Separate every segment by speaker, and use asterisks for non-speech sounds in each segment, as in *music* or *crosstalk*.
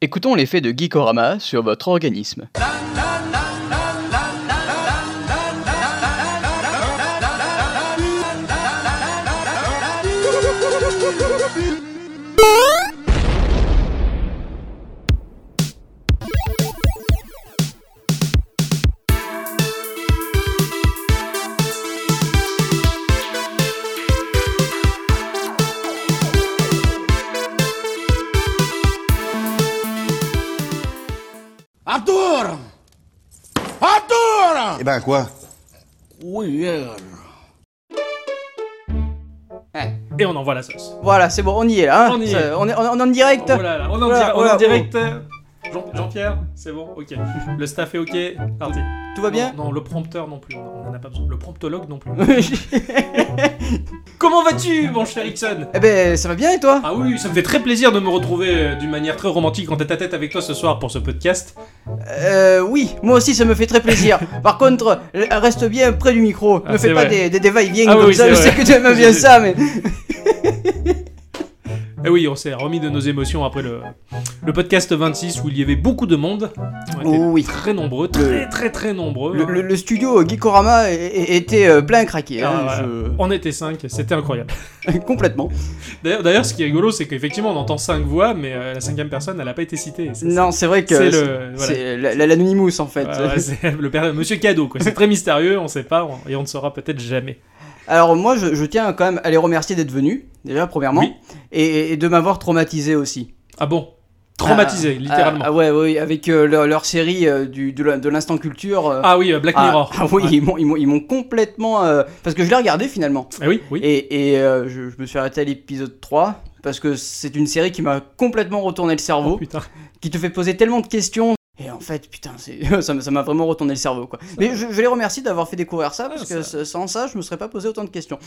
Speaker 1: Écoutons l'effet de Geekorama sur votre organisme.
Speaker 2: Arthur Arthur
Speaker 3: Eh ben quoi
Speaker 2: Oui, euh,
Speaker 4: Et on envoie la sauce.
Speaker 1: Voilà, c'est bon, on y est là. hein.
Speaker 4: On y
Speaker 1: Ça-
Speaker 4: est.
Speaker 1: on est on est en direct.
Speaker 4: Oh là là, on est en,
Speaker 1: Voilà,
Speaker 4: dire- on est en
Speaker 1: voilà, Oh.
Speaker 4: direct. Jean- Jean-Pierre, c'est bon, ok. Le staff est ok, parti.
Speaker 1: Tout va bien
Speaker 4: non, non, le prompteur non plus, non, on en a pas besoin. Le promptologue non plus.
Speaker 1: Eh
Speaker 4: *laughs* Comment vas-tu, mon cher Ixon
Speaker 1: ben, ça va bien et toi
Speaker 4: Ah oui, ça me fait très plaisir de me retrouver euh, d'une manière très romantique en tête à tête avec toi ce soir pour ce podcast.
Speaker 1: Euh, oui, moi aussi ça me fait très
Speaker 4: *laughs*
Speaker 1: plaisir. Par contre, euh, reste bien près du micro.
Speaker 4: Ah,
Speaker 1: ne fais
Speaker 4: c'est
Speaker 1: pas
Speaker 4: vrai.
Speaker 1: des, des, des va-et-vient
Speaker 4: Ah
Speaker 1: comme
Speaker 4: oui,
Speaker 1: ça.
Speaker 4: c'est
Speaker 1: Je
Speaker 4: vrai.
Speaker 1: sais que tu aimes bien
Speaker 4: Je-
Speaker 1: ça,
Speaker 4: *laughs*
Speaker 1: mais.
Speaker 4: Eh oui, on s'est remis de nos émotions après le, le podcast 26 où il y avait beaucoup de monde. On était
Speaker 1: Oh oui.
Speaker 4: très nombreux, très très très nombreux.
Speaker 1: Le,
Speaker 4: hein.
Speaker 1: le- le studio Geekorama é- é- était euh, plein craqué. hein,
Speaker 4: Ah, On était 5, c'était incroyable.
Speaker 1: je- *laughs* Complètement.
Speaker 4: D'ailleurs, d'ailleurs, ce qui est rigolo, c'est qu'effectivement, on entend 5 voix, mais euh, la cinquième personne, elle n'a pas été citée. C'est-
Speaker 1: Non, c'est vrai que
Speaker 4: c'est
Speaker 1: c'est
Speaker 4: le. voilà. Ah,
Speaker 1: c'est la- la- l'anonymous en fait. *laughs*
Speaker 4: Ouais, ouais, c'est le père- monsieur cadeau, quoi. C'est très mystérieux, on sait pas, on- et on ne saura peut-être jamais.
Speaker 1: Alors moi, je, je tiens quand même à les remercier d'être venus, déjà premièrement,
Speaker 4: Oui.
Speaker 1: et, et de m'avoir traumatisé aussi.
Speaker 4: Ah bon Traumatisé, littéralement.
Speaker 1: Ah, ah ouais, oui, avec euh, leur, leur série euh, du, de la- de l'instant culture. euh,
Speaker 4: Ah oui, euh, Black
Speaker 1: ah,
Speaker 4: Mirror.
Speaker 1: ah oui,
Speaker 4: Ouais.
Speaker 1: ils m'ont- ils m'ont ils m'ont complètement... euh, parce que je l'ai regardé finalement.
Speaker 4: Ah oui, oui.
Speaker 1: Et, et, euh, je, je me suis arrêté à l'épisode 3, parce que c'est une série qui m'a complètement retourné le cerveau,
Speaker 4: Oh, putain. *laughs*
Speaker 1: qui te fait poser tellement de questions. Et en fait, putain, c'est- *laughs* ça m'a ça m'a vraiment retourné le cerveau, quoi. Mais je, je les remercie d'avoir fait découvrir ça,
Speaker 4: Ah,
Speaker 1: parce
Speaker 4: ça-
Speaker 1: que ça- sans ça, je me serais pas posé autant de questions.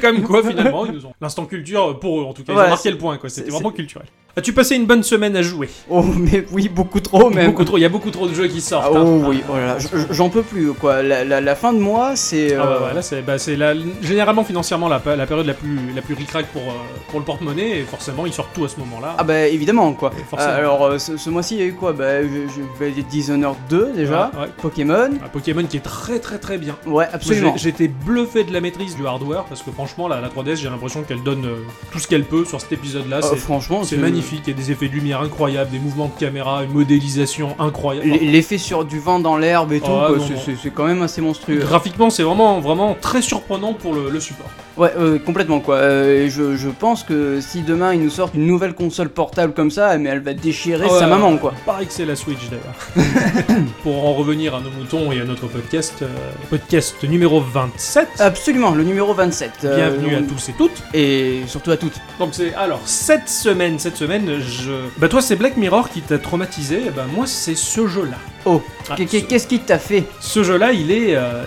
Speaker 4: Comme quoi, finalement, ils nous ont. L'instant culture, euh, pour eux en tout cas, ils
Speaker 1: Voilà,
Speaker 4: ont marqué
Speaker 1: c'est-
Speaker 4: le point, quoi. C'était
Speaker 1: c'est-
Speaker 4: vraiment culturel. As-tu passé une bonne semaine à jouer
Speaker 1: Oh, mais oui, beaucoup trop, Oh, même.
Speaker 4: Beaucoup trop, il y a beaucoup trop de jeux qui sortent.
Speaker 1: Ah,
Speaker 4: hein.
Speaker 1: oh oui, oh là là, j- j- j'en peux plus quoi. La, la- la fin de mois, c'est.
Speaker 4: Ah
Speaker 1: euh,
Speaker 4: bah ouais, là c'est bah, c'est la- généralement financièrement la, pa- la période la plus la plus ricrac pour euh, pour le porte-monnaie et forcément ils sortent tout à ce moment-là.
Speaker 1: ah bah évidemment quoi.
Speaker 4: Et forcément.
Speaker 1: Euh, alors euh, ce, ce mois-ci, il y a eu quoi Bah je, je vais dire Dishonored 2 déjà.
Speaker 4: Ouais, ouais.
Speaker 1: Pokémon.
Speaker 4: Un Pokémon qui est très très très bien.
Speaker 1: Ouais, absolument.
Speaker 4: J'ai- J'étais bluffé de la maîtrise du hardware parce que franchement la, la 3DS j'ai l'impression qu'elle donne euh, tout ce qu'elle peut sur cet épisode là.
Speaker 1: Euh,
Speaker 4: c'est
Speaker 1: franchement,
Speaker 4: c'est magnifique, il y a des effets de lumière incroyables, des mouvements de caméra, une modélisation incroyable.
Speaker 1: L- L'effet sur du vent dans l'herbe et tout,
Speaker 4: Ah,
Speaker 1: quoi,
Speaker 4: non,
Speaker 1: c'est-
Speaker 4: non.
Speaker 1: c'est c'est quand même assez monstrueux.
Speaker 4: Graphiquement c'est vraiment vraiment très surprenant pour le, le support.
Speaker 1: Ouais, euh, complètement quoi. Euh, et je, je pense que si demain ils nous sortent une nouvelle console portable comme ça, mais elle va déchirer
Speaker 4: Ah ouais,
Speaker 1: sa
Speaker 4: ouais,
Speaker 1: maman
Speaker 4: ouais.
Speaker 1: quoi.
Speaker 4: Pareil que c'est la Switch d'ailleurs. *coughs* Pour en revenir à nos moutons et à notre podcast, euh, podcast numéro 27.
Speaker 1: Absolument, le numéro 27. Ah, euh,
Speaker 4: Bienvenue à
Speaker 1: on-
Speaker 4: tous et toutes.
Speaker 1: Et surtout à toutes.
Speaker 4: Donc c'est alors cette semaine, cette semaine, je. Bah toi c'est Black Mirror qui t'a traumatisé. Et bah moi c'est ce jeu-là.
Speaker 1: Oh,
Speaker 4: Ah,
Speaker 1: qu'est-
Speaker 4: ce
Speaker 1: qu'est- qu'est-ce qui t'a fait
Speaker 4: ce jeu-là il est euh,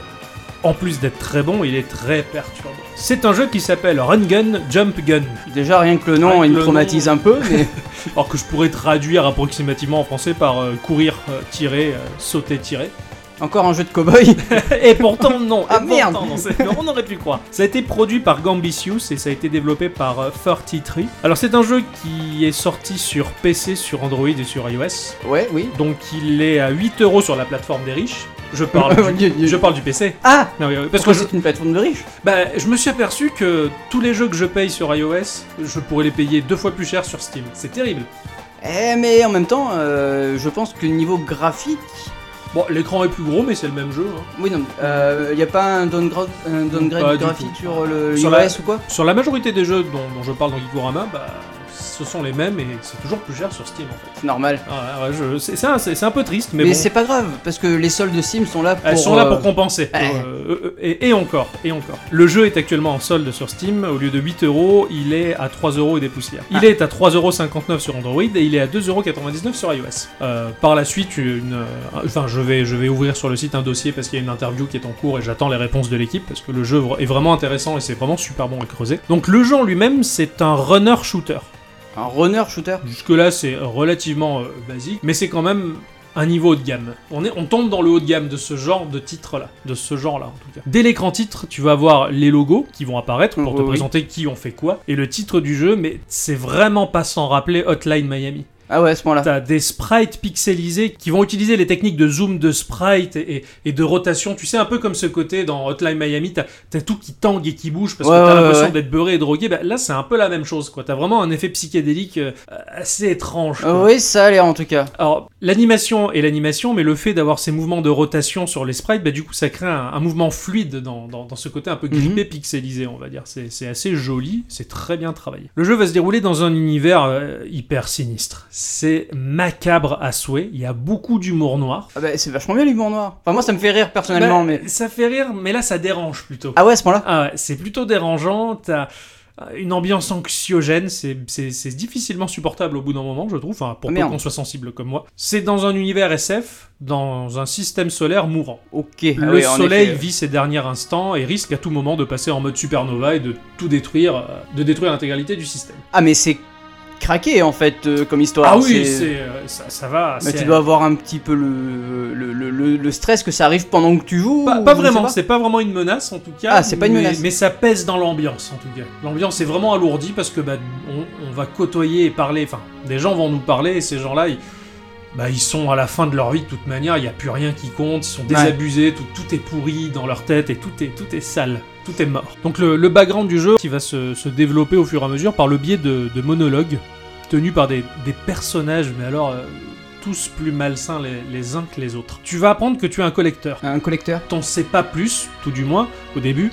Speaker 4: en plus d'être très bon, il est très perturbant. C'est un jeu qui s'appelle Run Gun Jump Gun.
Speaker 1: Déjà, rien que le nom,
Speaker 4: Rien que
Speaker 1: il me
Speaker 4: le
Speaker 1: traumatise
Speaker 4: nom.
Speaker 1: un peu,
Speaker 4: *laughs*
Speaker 1: mais
Speaker 4: Alors que je pourrais traduire approximativement en français par euh, courir, euh, tirer, euh, sauter, tirer.
Speaker 1: encore un jeu de cow-boy.
Speaker 4: Et pourtant non.
Speaker 1: Ah,
Speaker 4: et
Speaker 1: merde.
Speaker 4: pourtant, non, c'est- non, On aurait pu croire. Ça a été produit par Gambitious et ça a été développé par euh, 33. Alors c'est un jeu qui est sorti sur PC, sur Android et sur iOS.
Speaker 1: Ouais, oui.
Speaker 4: Donc il est à 8 euros sur la plateforme des riches. Je parle du, je parle du PC.
Speaker 1: Ah
Speaker 4: Non, mais, euh,
Speaker 1: Parce
Speaker 4: parce que
Speaker 1: que
Speaker 4: je,
Speaker 1: c'est une plateforme de riches.
Speaker 4: bah, je me suis aperçu que tous les jeux que je paye sur iOS, je pourrais les payer deux fois plus cher sur Steam. C'est terrible.
Speaker 1: Eh, mais en même temps, euh, je pense que niveau graphique.
Speaker 4: Bon, l'écran est plus gros, mais c'est le même jeu. hein.
Speaker 1: Oui, non, il n'y a pas un downgrade, un downgrade
Speaker 4: Pas du
Speaker 1: graphique
Speaker 4: tout.
Speaker 1: sur le
Speaker 4: Sur
Speaker 1: iOS
Speaker 4: la-
Speaker 1: ou quoi
Speaker 4: Sur la majorité des jeux dont, dont je parle dans Geekorama, bah, ce sont les mêmes et c'est toujours plus cher sur Steam en fait.
Speaker 1: C'est normal.
Speaker 4: Ah, ouais, je- c'est, c'est un, c'est- c'est un peu triste, mais,
Speaker 1: Mais,
Speaker 4: bon,
Speaker 1: c'est pas grave, parce que les soldes de Steam sont là pour.
Speaker 4: elles sont là
Speaker 1: euh,
Speaker 4: pour compenser.
Speaker 1: ouais.
Speaker 4: Euh, euh, et, et encore, et encore. Le jeu est actuellement en solde sur Steam. Au lieu de 8 euros, il est à 3 euros et des poussières. Il
Speaker 1: Ah.
Speaker 4: est à 3,59 euros sur Android et il est à 2,99 sur iOS. Euh, par la suite, une, euh, enfin, je vais, je vais ouvrir sur le site un dossier parce qu'il y a une interview qui est en cours et j'attends les réponses de l'équipe parce que le jeu est vraiment intéressant et c'est vraiment super bon à creuser. Donc le jeu en lui-même, c'est un runner shooter.
Speaker 1: Un runner shooter.
Speaker 4: Jusque-là, c'est relativement euh, basique, mais c'est quand même un niveau haut de gamme. On, est, on tombe dans le haut de gamme de ce genre de titre-là, de ce genre-là en tout cas. Dès l'écran titre, tu vas voir les logos qui vont apparaître pour te
Speaker 1: Oui, oui.
Speaker 4: présenter qui ont fait quoi, et le titre du jeu, mais c'est vraiment pas sans rappeler Hotline Miami.
Speaker 1: Ah ouais, à ce point-là.
Speaker 4: T'as des sprites pixelisés qui vont utiliser les techniques de zoom, de sprite et, et de rotation. Tu sais, un peu comme ce côté dans Hotline Miami, t'as as tout qui tangue et qui bouge parce
Speaker 1: Ouais,
Speaker 4: que t'as
Speaker 1: ouais,
Speaker 4: l'impression
Speaker 1: ouais.
Speaker 4: d'être beurré et drogué. Bah, là, c'est un peu la même chose. quoi. T'as vraiment un effet psychédélique euh, assez étrange. quoi.
Speaker 1: Euh, oui, ça a l'air en tout cas.
Speaker 4: Alors, l'animation est l'animation, mais le fait d'avoir ces mouvements de rotation sur les sprites, bah, du coup, ça crée un, un mouvement fluide dans, dans- dans ce côté un peu grippé,
Speaker 1: Mhm.
Speaker 4: pixelisé, on va dire. C'est c'est assez joli, c'est très bien travaillé. Le jeu va se dérouler dans un univers euh, hyper sinistre. C'est macabre à souhait, il y a beaucoup d'humour noir.
Speaker 1: Ah bah, c'est vachement bien l'humour noir. Enfin, moi, ça me fait rire personnellement,
Speaker 4: Bah,
Speaker 1: mais.
Speaker 4: Ça fait rire, mais là, ça dérange plutôt.
Speaker 1: Ah ouais, à ce point-là
Speaker 4: Ah ouais, c'est plutôt dérangeant, t'as euh, une ambiance anxiogène, c'est c'est- c'est difficilement supportable au bout d'un moment, je trouve, enfin, pour
Speaker 1: Ah,
Speaker 4: peu
Speaker 1: merde.
Speaker 4: qu'on soit sensible comme moi. C'est dans un univers SF, dans un système solaire mourant.
Speaker 1: Ok. ah
Speaker 4: Le
Speaker 1: oui, en
Speaker 4: soleil
Speaker 1: effet.
Speaker 4: vit ses derniers instants et risque à tout moment de passer en mode supernova et de tout détruire, euh, de détruire l'intégralité du système.
Speaker 1: Ah, mais c'est craqué en fait euh, comme histoire.
Speaker 4: Ah oui,
Speaker 1: c'est-
Speaker 4: c'est euh, ça, ça va.
Speaker 1: Mais
Speaker 4: c'est-
Speaker 1: tu dois avoir un petit peu le, le, le- le- le stress que ça arrive pendant que tu joues.
Speaker 4: Pas,
Speaker 1: ou
Speaker 4: pas
Speaker 1: je
Speaker 4: vraiment,
Speaker 1: sais
Speaker 4: c'est pas vraiment une menace en tout cas.
Speaker 1: Ah, c'est pas une
Speaker 4: mais-
Speaker 1: menace.
Speaker 4: Mais ça pèse dans l'ambiance en tout cas. L'ambiance est vraiment alourdie parce que bah, on, on va côtoyer et parler. Enfin, des gens vont nous parler et ces gens-là, ils, bah, ils sont à la fin de leur vie de toute manière. Il n'y a plus rien qui compte. Ils sont désabusés. Tout, tout est pourri dans leur tête et tout est, tout est sale. Tout est mort. Donc le, le background du jeu qui va se, se développer au fur et à mesure par le biais de, de monologues tenus par des, des personnages, mais alors. euh, tous plus malsains les- les uns que les autres. Tu vas apprendre que tu es un collecteur
Speaker 1: pas. Un collecteur.
Speaker 4: t'en sais pas plus, tout du moins, au début,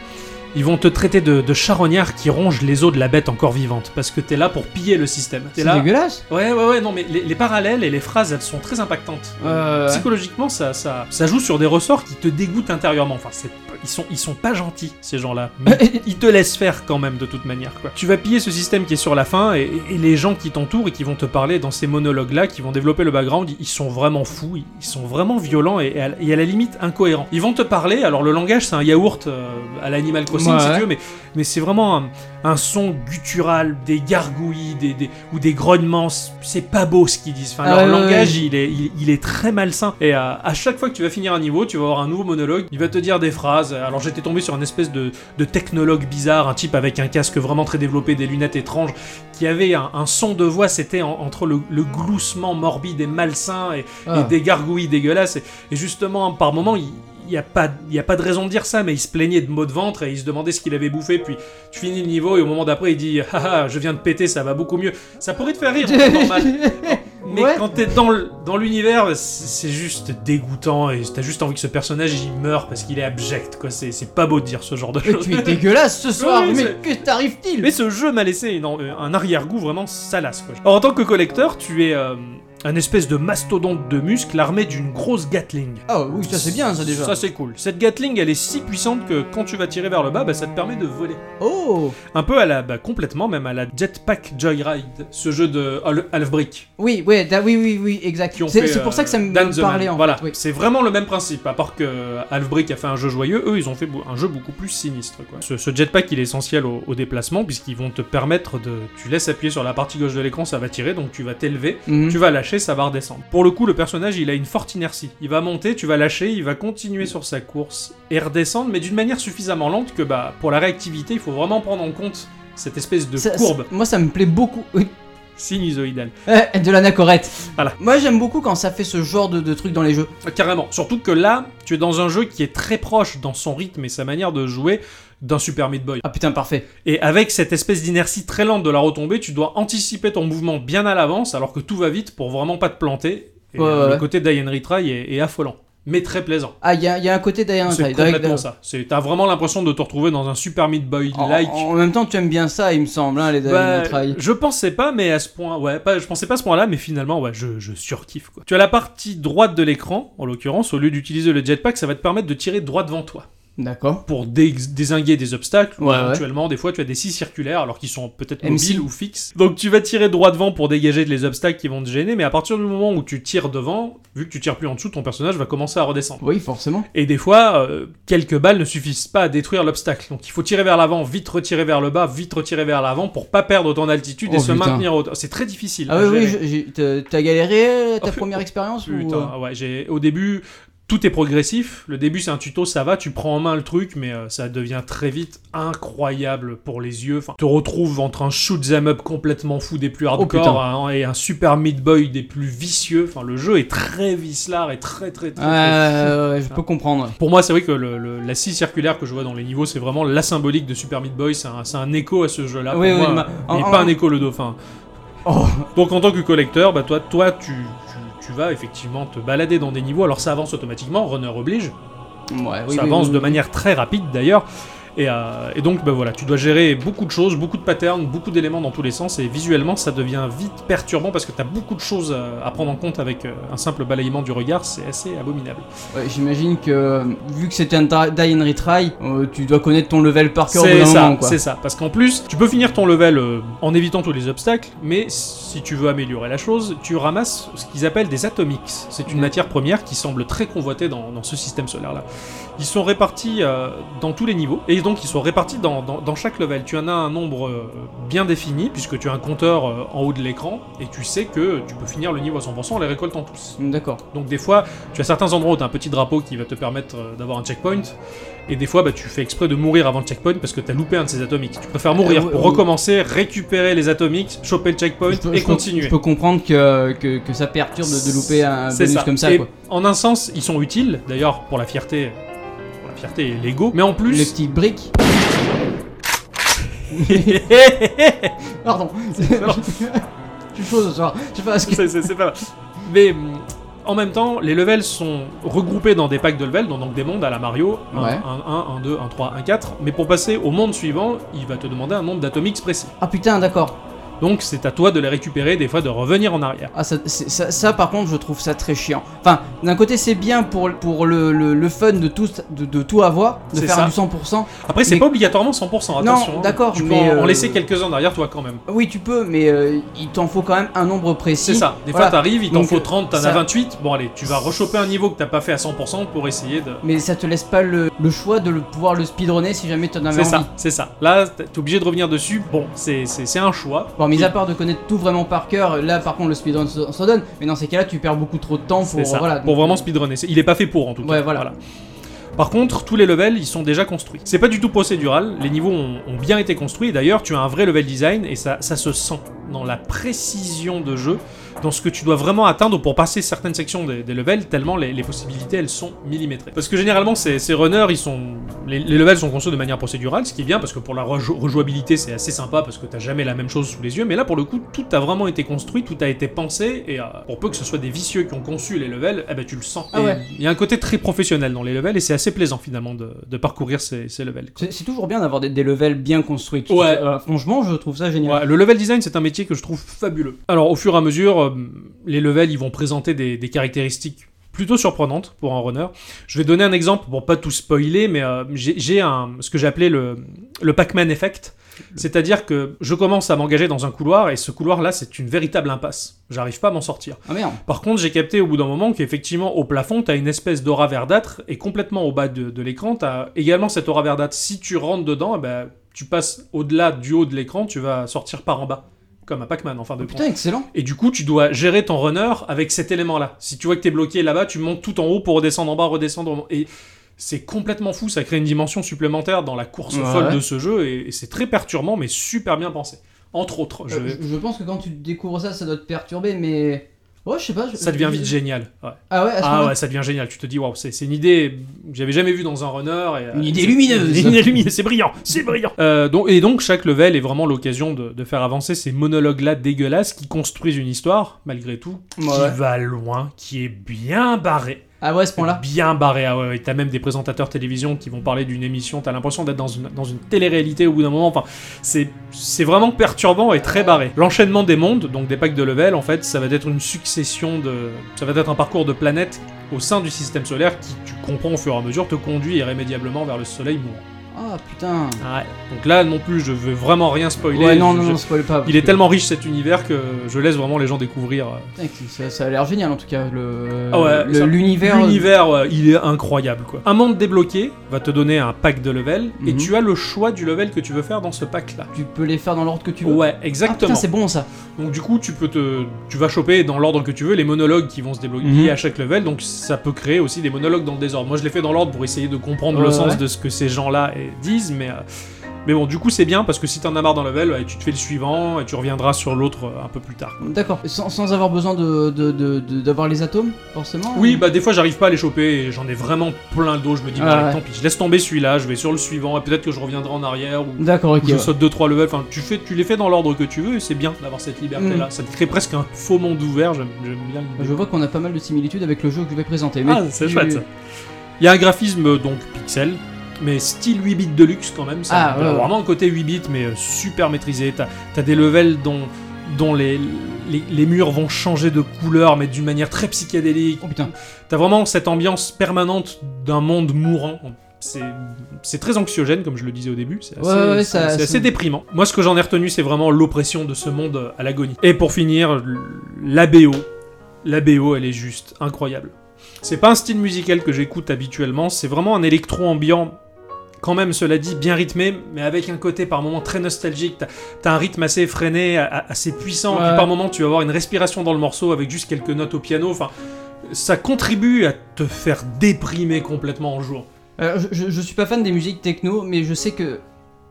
Speaker 4: ils vont te traiter de, de charognard qui ronge les os de la bête encore vivante, parce que t'es là pour piller le système. T'es
Speaker 1: C'est
Speaker 4: là.
Speaker 1: dégueulasse.
Speaker 4: Ouais, ouais, ouais, non, mais les, les parallèles et les phrases, elles sont très impactantes.
Speaker 1: Euh, ouais.
Speaker 4: Psychologiquement, ça, ça, ça joue sur des ressorts qui te dégoûtent intérieurement. Enfin, c'est- ils sont, ils sont pas gentils, ces gens-là. Mais *laughs* ils te laissent faire quand même, de toute manière. Quoi. Tu vas piller ce système qui est sur la fin, et, et les gens qui t'entourent et qui vont te parler dans ces monologues-là, qui vont développer le background, ils sont vraiment fous, ils sont vraiment violents et, et à, et à la limite incohérents. Ils vont te parler, alors le langage, c'est un yaourt euh, à l'Animal Crossing,
Speaker 1: Ouais,
Speaker 4: si
Speaker 1: ouais.
Speaker 4: tu veux, mais, mais c'est vraiment un, un son guttural, des gargouilles, des, des- ou des grognements. C'est pas beau ce qu'ils disent. Enfin,
Speaker 1: Ah
Speaker 4: leur
Speaker 1: ouais, ouais,
Speaker 4: langage,
Speaker 1: ouais.
Speaker 4: il est, il, il est très malsain. Et euh, à chaque fois que tu vas finir un niveau, tu vas avoir un nouveau monologue. Il va te dire des phrases. Alors j'étais tombé sur une espèce de, de technologue bizarre, un type avec un casque vraiment très développé, des lunettes étranges, qui avait un, un son de voix. C'était en- entre le, le gloussement morbide et malsain et,
Speaker 1: Ah.
Speaker 4: et
Speaker 1: *laughs*
Speaker 4: des gargouilles dégueulasses. Et, et justement, par moments, il n'y a, pas- il y a pas de raison de dire ça, mais il se plaignait de maux de ventre et il se demandait ce qu'il avait bouffé. Puis tu finis le niveau et au moment d'après, il dit Haha, je viens de péter, ça va beaucoup mieux. Ça pourrait te faire rire, c'est
Speaker 1: *laughs*
Speaker 4: normal. Mais
Speaker 1: Ouais.
Speaker 4: quand t'es dans l- dans l'univers, c'est c'est juste dégoûtant et t'as juste envie que ce personnage il meure parce qu'il est abject, quoi. C'est c'est pas beau de dire ce genre de
Speaker 1: Mais
Speaker 4: choses.
Speaker 1: tu es dégueulasse ce soir.
Speaker 4: Oui,
Speaker 1: mais
Speaker 4: c'est-
Speaker 1: que t'arrive-t-il
Speaker 4: *laughs* Mais ce jeu m'a laissé une- euh, un arrière-goût vraiment salace. Quoi. Alors, en tant que collecteur, tu es euh, un espèce de mastodonte de muscles armé d'une grosse Gatling.
Speaker 1: Ah oui, ça c'est bien ça déjà.
Speaker 4: Ça c'est cool. Cette Gatling, elle est si puissante que quand tu vas tirer vers le bas, bah, ça te permet de voler.
Speaker 1: Oh
Speaker 4: Un peu à la, bah, complètement même à la Jetpack Joyride, ce jeu de Al- Half Brick.
Speaker 1: oui, ouais, da- oui, oui, oui, exact.
Speaker 4: qui ont
Speaker 1: C'est
Speaker 4: fait,
Speaker 1: c'est pour
Speaker 4: euh,
Speaker 1: ça que ça me
Speaker 4: Dan the Man.
Speaker 1: parlait en
Speaker 4: Voilà,
Speaker 1: fait. oui.
Speaker 4: c'est vraiment le même principe, à part que Half Brick a fait un jeu joyeux, eux ils ont fait bou- un jeu beaucoup plus sinistre. Quoi. Ce, ce jetpack il est essentiel au, au déplacement puisqu'ils vont te permettre de... Tu laisses appuyer sur la partie gauche de l'écran, ça va tirer, donc tu vas t'élever,
Speaker 1: Mhm.
Speaker 4: tu vas lâcher, ça va redescendre. Pour le coup le personnage il a une forte inertie. Il va monter, tu vas lâcher, il va continuer sur sa course et redescendre, mais d'une manière suffisamment lente que bah, pour la réactivité il faut vraiment prendre en compte cette espèce de
Speaker 1: Ça- ça-
Speaker 4: courbe
Speaker 1: moi ça me plaît beaucoup. Oui.
Speaker 4: sinusoïdale.
Speaker 1: Eh, de l'anacorette.
Speaker 4: Voilà.
Speaker 1: Moi j'aime beaucoup quand ça fait ce genre de, de trucs dans les jeux.
Speaker 4: Carrément. Surtout que là, tu es dans un jeu qui est très proche dans son rythme et sa manière de jouer d'un Super Meat Boy.
Speaker 1: Ah putain, parfait.
Speaker 4: Et avec cette espèce d'inertie très lente de la retombée, tu dois anticiper ton mouvement bien à l'avance alors que tout va vite pour vraiment pas te planter. Et
Speaker 1: Ouais, ouais,
Speaker 4: euh, le
Speaker 1: ouais.
Speaker 4: côté d'Ian Retry est, est affolant, mais très plaisant.
Speaker 1: Ah, il y, a- il y a un côté d'ailleurs.
Speaker 4: C'est complètement ça. C'est- T'as vraiment l'impression de te retrouver dans un Super Meat Boy
Speaker 1: En,
Speaker 4: like.
Speaker 1: en même temps, tu aimes bien ça, il me semble, hein, les
Speaker 4: Bah,
Speaker 1: Dying Trail.
Speaker 4: je pensais pas, mais à ce point, ouais, pas, je pensais pas à ce point-là, mais finalement, ouais, je, je surkiffe quoi. Tu as la partie droite de l'écran, en l'occurrence, au lieu d'utiliser le jetpack, ça va te permettre de tirer droit devant toi
Speaker 1: D'accord.
Speaker 4: pour dé- désinguer des obstacles. ou
Speaker 1: Ouais, ouais.
Speaker 4: éventuellement, des fois, tu as des scies circulaires alors qu'ils sont peut-être
Speaker 1: MC.
Speaker 4: mobiles ou fixes. Donc, tu vas tirer droit devant pour dégager les obstacles qui vont te gêner, mais à partir du moment où tu tires devant, vu que tu tires plus en dessous, ton personnage va commencer à redescendre.
Speaker 1: Oui, forcément.
Speaker 4: Et des fois, euh, quelques balles ne suffisent pas à détruire l'obstacle. Donc il faut tirer vers l'avant, vite retirer vers le bas, vite retirer vers l'avant pour pas perdre ton altitude et
Speaker 1: Oh,
Speaker 4: se
Speaker 1: putain.
Speaker 4: maintenir au. C'est très difficile.
Speaker 1: Ah
Speaker 4: à
Speaker 1: oui, oui,
Speaker 4: gérer.
Speaker 1: je- j'ai- t'as t'as galéré euh, ta
Speaker 4: Oh,
Speaker 1: première
Speaker 4: oh,
Speaker 1: expérience ou,
Speaker 4: Putain,
Speaker 1: euh,
Speaker 4: ouais, j'ai au début tout est progressif. Le début, c'est un tuto, ça va, tu prends en main le truc, mais euh, ça devient très vite incroyable pour les yeux. Enfin, te retrouves entre un shoot 'em up complètement fou des
Speaker 1: Oh,
Speaker 4: plus hardcore hein, et un super Meat Boy des plus vicieux. Enfin, le jeu est très vicelard et très très très. très fou.
Speaker 1: Euh, ouais, je peux comprendre.
Speaker 4: Pour moi, c'est vrai que le- le- la scie circulaire que je vois dans les niveaux, c'est vraiment la symbolique de Super Meat Boy. C'est un, c'est un écho à ce jeu-là.
Speaker 1: Oui,
Speaker 4: pour
Speaker 1: oui,
Speaker 4: moi,
Speaker 1: ma-
Speaker 4: euh, et
Speaker 1: en-
Speaker 4: pas
Speaker 1: en-
Speaker 4: un écho le dauphin.
Speaker 1: Oh,
Speaker 4: Donc en tant que collecteur, bah, toi, toi tu, tu- tu vas effectivement te balader dans des niveaux. Alors ça avance automatiquement, runner oblige.
Speaker 1: ouais, Ah oui,
Speaker 4: ça
Speaker 1: oui,
Speaker 4: avance
Speaker 1: oui,
Speaker 4: de
Speaker 1: oui.
Speaker 4: manière très rapide d'ailleurs. Et, euh, et donc bah, voilà, tu dois gérer beaucoup de choses, beaucoup de patterns, beaucoup d'éléments dans tous les sens. Et visuellement, ça devient vite perturbant parce que tu as beaucoup de choses euh, à prendre en compte avec euh, un simple balayement du regard. C'est assez abominable.
Speaker 1: Ouais, J'imagine que euh, vu que c'était un ta- die and retry, euh, tu dois connaître ton level par cœur au bout
Speaker 4: C'est
Speaker 1: d'un
Speaker 4: ça,
Speaker 1: moment, quoi.
Speaker 4: c'est ça. Parce qu'en plus, tu peux finir ton level euh, en évitant tous les obstacles, mais si tu veux améliorer la chose, tu ramasses ce qu'ils appellent des atomics. C'est une matière première qui semble très convoitée dans, dans ce système solaire-là. Ils sont répartis euh, dans tous les niveaux, et donc ils sont répartis dans, dans- dans chaque level. Tu en as un nombre euh, bien défini, puisque tu as un compteur euh, en haut de l'écran, et tu sais que tu peux finir le niveau à 100% en les récoltant tous.
Speaker 1: D'accord.
Speaker 4: Donc des fois, tu as certains endroits où tu as un petit drapeau qui va te permettre euh, d'avoir un checkpoint, et des fois bah, tu fais exprès de mourir avant le checkpoint parce que tu as loupé un de ces atomiques. Tu préfères mourir
Speaker 1: Euh,
Speaker 4: pour
Speaker 1: euh,
Speaker 4: recommencer, récupérer les atomiques, choper le checkpoint
Speaker 1: Je peux-
Speaker 4: et
Speaker 1: je peux-
Speaker 4: continuer.
Speaker 1: Je peux comprendre que, que, que ça perturbe de, de louper un
Speaker 4: C'est
Speaker 1: bonus comme ça,
Speaker 4: Et
Speaker 1: quoi.
Speaker 4: En un sens, ils sont utiles, d'ailleurs pour la fierté, pour la fierté et l'ego, mais en
Speaker 1: Les
Speaker 4: plus...
Speaker 1: petites
Speaker 4: *laughs*
Speaker 1: briques. Pardon.
Speaker 4: excellent.
Speaker 1: Je suis chaud ce soir. Je sais pas ce que.
Speaker 4: C'est- c'est c'est pas mal. Mais hum, en même temps, les levels sont regroupés dans des packs de levels, donc, donc des mondes à la Mario, 1,
Speaker 1: Ouais.
Speaker 4: 1, 1, 2, 1, 3, 1, 4. Mais pour passer au monde suivant, il va te demander un nombre d'atomiques précis.
Speaker 1: Ah putain, d'accord.
Speaker 4: Donc c'est à toi de les récupérer, des fois de revenir en arrière.
Speaker 1: Ah, ça, c'est- ça, ça, par contre, je trouve ça très chiant. Enfin, d'un côté, c'est bien pour, pour le, le, le fun de tout, de, de tout avoir, de
Speaker 4: C'est
Speaker 1: faire
Speaker 4: ça.
Speaker 1: du 100%.
Speaker 4: Après, c'est
Speaker 1: Mais-
Speaker 4: pas obligatoirement 100%,
Speaker 1: Non,
Speaker 4: attention. hein.
Speaker 1: d'accord,
Speaker 4: Tu peux
Speaker 1: mais,
Speaker 4: en, en
Speaker 1: euh,
Speaker 4: laisser quelques-uns derrière toi quand même.
Speaker 1: Oui, tu peux, mais euh, il t'en faut quand même un nombre précis.
Speaker 4: C'est ça. Des
Speaker 1: Voilà.
Speaker 4: fois, t'arrives, il t'en
Speaker 1: Donc,
Speaker 4: faut 30, t'en as
Speaker 1: ça-
Speaker 4: 28. Bon, allez, tu vas rechoper un niveau que t'as pas fait à 100% pour essayer de.
Speaker 1: Mais ça te laisse pas le, le choix de le, pouvoir le speedrunner si jamais t'en avais
Speaker 4: C'est
Speaker 1: envie.
Speaker 4: ça, c'est ça. Là, t'es t'es obligé de revenir dessus. Bon, c'est c'est- c'est un choix.
Speaker 1: Bon, mis à part de connaître tout vraiment par cœur, là par contre le speedrun s'en s'en donne, mais dans ces cas-là tu perds beaucoup trop de temps
Speaker 4: C'est
Speaker 1: pour,
Speaker 4: ça,
Speaker 1: voilà,
Speaker 4: pour
Speaker 1: donc- euh,
Speaker 4: vraiment speedrunner. C'est- Il est pas fait pour en tout cas.
Speaker 1: Ouais, voilà.
Speaker 4: Par contre, tous les levels, ils sont déjà construits. C'est pas du tout procédural, les niveaux ont, ont bien été construits. D'ailleurs, tu as un vrai level design et ça, ça se sent dans la précision de jeu, dans ce que tu dois vraiment atteindre pour passer certaines sections des, des levels, tellement les, les possibilités, elles sont millimétrées. Parce que généralement, ces, ces runners, ils sont, les, les levels sont conçus de manière procédurale, ce qui est bien parce que pour la rejou- rejouabilité, c'est assez sympa parce que t'as jamais la même chose sous les yeux. Mais là, pour le coup, tout a vraiment été construit, tout a été pensé et euh, pour peu que ce soit des vicieux qui ont conçu les levels, eh ben, tu le sens.
Speaker 1: Ah
Speaker 4: Et
Speaker 1: ouais.
Speaker 4: il y a un côté très professionnel dans les levels et c'est assez plaisant finalement de, de parcourir ces, ces levels. quoi.
Speaker 1: C'est c'est toujours bien d'avoir des, des levels bien construits. Tu-
Speaker 4: Ouais.
Speaker 1: euh, franchement, je trouve ça génial.
Speaker 4: Ouais, le level design, c'est un métier que je trouve fabuleux. Alors, au fur et à mesure, euh, les levels, ils vont présenter des, des caractéristiques plutôt surprenantes pour un runner. Je vais donner un exemple pour pas tout spoiler, mais euh, j'ai j'ai un ce que j'ai appelé le, le Pac-Man effect. C'est-à-dire que je commence à m'engager dans un couloir et ce couloir-là, c'est une véritable impasse. J'arrive pas à m'en sortir.
Speaker 1: Ah merde.
Speaker 4: Par contre, j'ai capté au bout d'un moment qu'effectivement, au plafond, t'as une espèce d'aura verdâtre, et complètement au bas de, de l'écran, t'as également cette aura verdâtre. Si tu rentres dedans, eh ben, tu passes au-delà du haut de l'écran, tu vas sortir par en bas, comme à Pac-Man en fin de compte.
Speaker 1: Oh, Putain, excellent.
Speaker 4: Et du coup, tu dois gérer ton runner avec cet élément-là. Si tu vois que t'es bloqué là-bas, tu montes tout en haut pour redescendre en bas, redescendre. en- Et c'est complètement fou, ça crée une dimension supplémentaire dans la course
Speaker 1: Ouais.
Speaker 4: folle de ce jeu, et, et c'est très perturbant, mais super bien pensé. Entre autres, je-
Speaker 1: Euh, Je, je pense que quand tu découvres ça, ça doit te perturber, mais. Oh, je sais pas. je-
Speaker 4: ça devient
Speaker 1: je-
Speaker 4: vite génial. Ouais.
Speaker 1: Ah ouais, à ce
Speaker 4: Ah
Speaker 1: moment-là.
Speaker 4: ouais, ça devient génial. Tu te dis, waouh, c'est c'est une idée que j'avais jamais vue dans un runner. Et, euh,
Speaker 1: Une idée
Speaker 4: c'est-
Speaker 1: lumineuse.
Speaker 4: *laughs* Une idée lumineuse, c'est brillant, c'est brillant. Euh, donc, et donc, chaque level est vraiment l'occasion de, de faire avancer ces monologues-là dégueulasses qui construisent une histoire, malgré tout,
Speaker 1: Ouais.
Speaker 4: qui va loin, qui est bien barré.
Speaker 1: Ah ouais, à ce point-là.
Speaker 4: Bien barré, ah ouais, ouais. T'as même des présentateurs télévision qui vont parler d'une émission, t'as l'impression d'être dans une, dans une télé-réalité au bout d'un moment. Enfin, c'est c'est vraiment perturbant et très barré. L'enchaînement des mondes, donc des packs de level, en fait, ça va être une succession de. Ça va être un parcours de planètes au sein du système solaire qui, tu comprends au fur et à mesure, te conduit irrémédiablement vers le soleil mourant.
Speaker 1: Ah putain.
Speaker 4: Ouais. Donc là non plus, je veux vraiment rien spoiler.
Speaker 1: ouais, non,
Speaker 4: Je-
Speaker 1: non,
Speaker 4: je-
Speaker 1: non, spoil pas. parce
Speaker 4: Il est
Speaker 1: que-
Speaker 4: tellement riche cet univers que je laisse vraiment les gens découvrir. euh,
Speaker 1: Putain, qui- ça, ça a l'air génial en tout cas. Le,
Speaker 4: Ah ouais,
Speaker 1: le-
Speaker 4: ça-
Speaker 1: l'univers.
Speaker 4: L'univers, ouais, il est incroyable quoi. Un monde débloqué va te donner un pack de level et
Speaker 1: Mhm.
Speaker 4: tu as le choix du level que tu veux faire dans ce pack là.
Speaker 1: Tu peux les faire dans l'ordre que tu veux.
Speaker 4: Ouais,
Speaker 1: Ah putain,
Speaker 4: exactement.
Speaker 1: c'est bon ça.
Speaker 4: donc du coup, tu peux te, tu vas choper dans l'ordre que tu veux les monologues qui vont se débloquer
Speaker 1: Mhm.
Speaker 4: à chaque level. Donc ça peut créer aussi des monologues dans le désordre. Moi, je l'ai fait dans l'ordre pour essayer de comprendre le
Speaker 1: Ouais,
Speaker 4: sens
Speaker 1: ouais.
Speaker 4: de ce que ces gens-là eh, disent, mais. euh, Mais bon, du coup, c'est bien parce que si t'en as marre d'un level, ouais, tu te fais le suivant et tu reviendras sur l'autre euh, un peu plus tard.
Speaker 1: D'accord. Sans, sans avoir besoin de, de- de- de- d'avoir les atomes, forcément.
Speaker 4: Oui,
Speaker 1: hein.
Speaker 4: bah des fois j'arrive pas à les choper et j'en ai vraiment plein le dos. Je me dis,
Speaker 1: Ah
Speaker 4: bah,
Speaker 1: ouais.
Speaker 4: tant pis, je laisse tomber celui-là, je vais sur le suivant et peut-être que je reviendrai en arrière ou,
Speaker 1: D'accord, ok.
Speaker 4: ou je
Speaker 1: ouais.
Speaker 4: saute 2-3 levels. Enfin, tu, fais, tu les fais dans l'ordre que tu veux et c'est bien d'avoir cette liberté-là. Ça te crée presque un faux monde ouvert, j'aime j'aime bien l'idée.
Speaker 1: Mm. Bah, Je vois qu'on a pas mal de similitudes avec le jeu que je vais présenter. Mais
Speaker 4: Ah, c'est
Speaker 1: tu-
Speaker 4: chouette ça. Il y a un graphisme donc pixel, mais style 8 bits de luxe quand même. Ça
Speaker 1: Ah, ouais, ouais.
Speaker 4: vraiment le côté 8 bits, mais euh, super maîtrisé. T'as as des levels dont, dont les, les, les murs vont changer de couleur, mais d'une manière très psychédélique.
Speaker 1: Oh putain.
Speaker 4: T'as vraiment cette ambiance permanente d'un monde mourant. C'est c'est très anxiogène, comme je le disais au début. C'est assez,
Speaker 1: Ouais, ouais,
Speaker 4: c'est-
Speaker 1: ça-
Speaker 4: c'est assez
Speaker 1: ça-
Speaker 4: déprimant. Moi, ce que j'en ai retenu, c'est vraiment l'oppression de ce monde à l'agonie. Et pour finir, l- la BO. La BO, elle est juste incroyable. C'est pas un style musical que j'écoute habituellement, c'est vraiment un électro-ambiant, quand même, cela dit, bien rythmé, mais avec un côté par moments très nostalgique. T'as- T'as un rythme assez effréné, a- a- assez puissant,
Speaker 1: Ouais.
Speaker 4: puis par moments tu vas avoir une respiration dans le morceau avec juste quelques notes au piano. Enfin, ça contribue à te faire déprimer complètement en jour.
Speaker 1: Alors, je, je- je suis pas fan des musiques techno, mais je sais que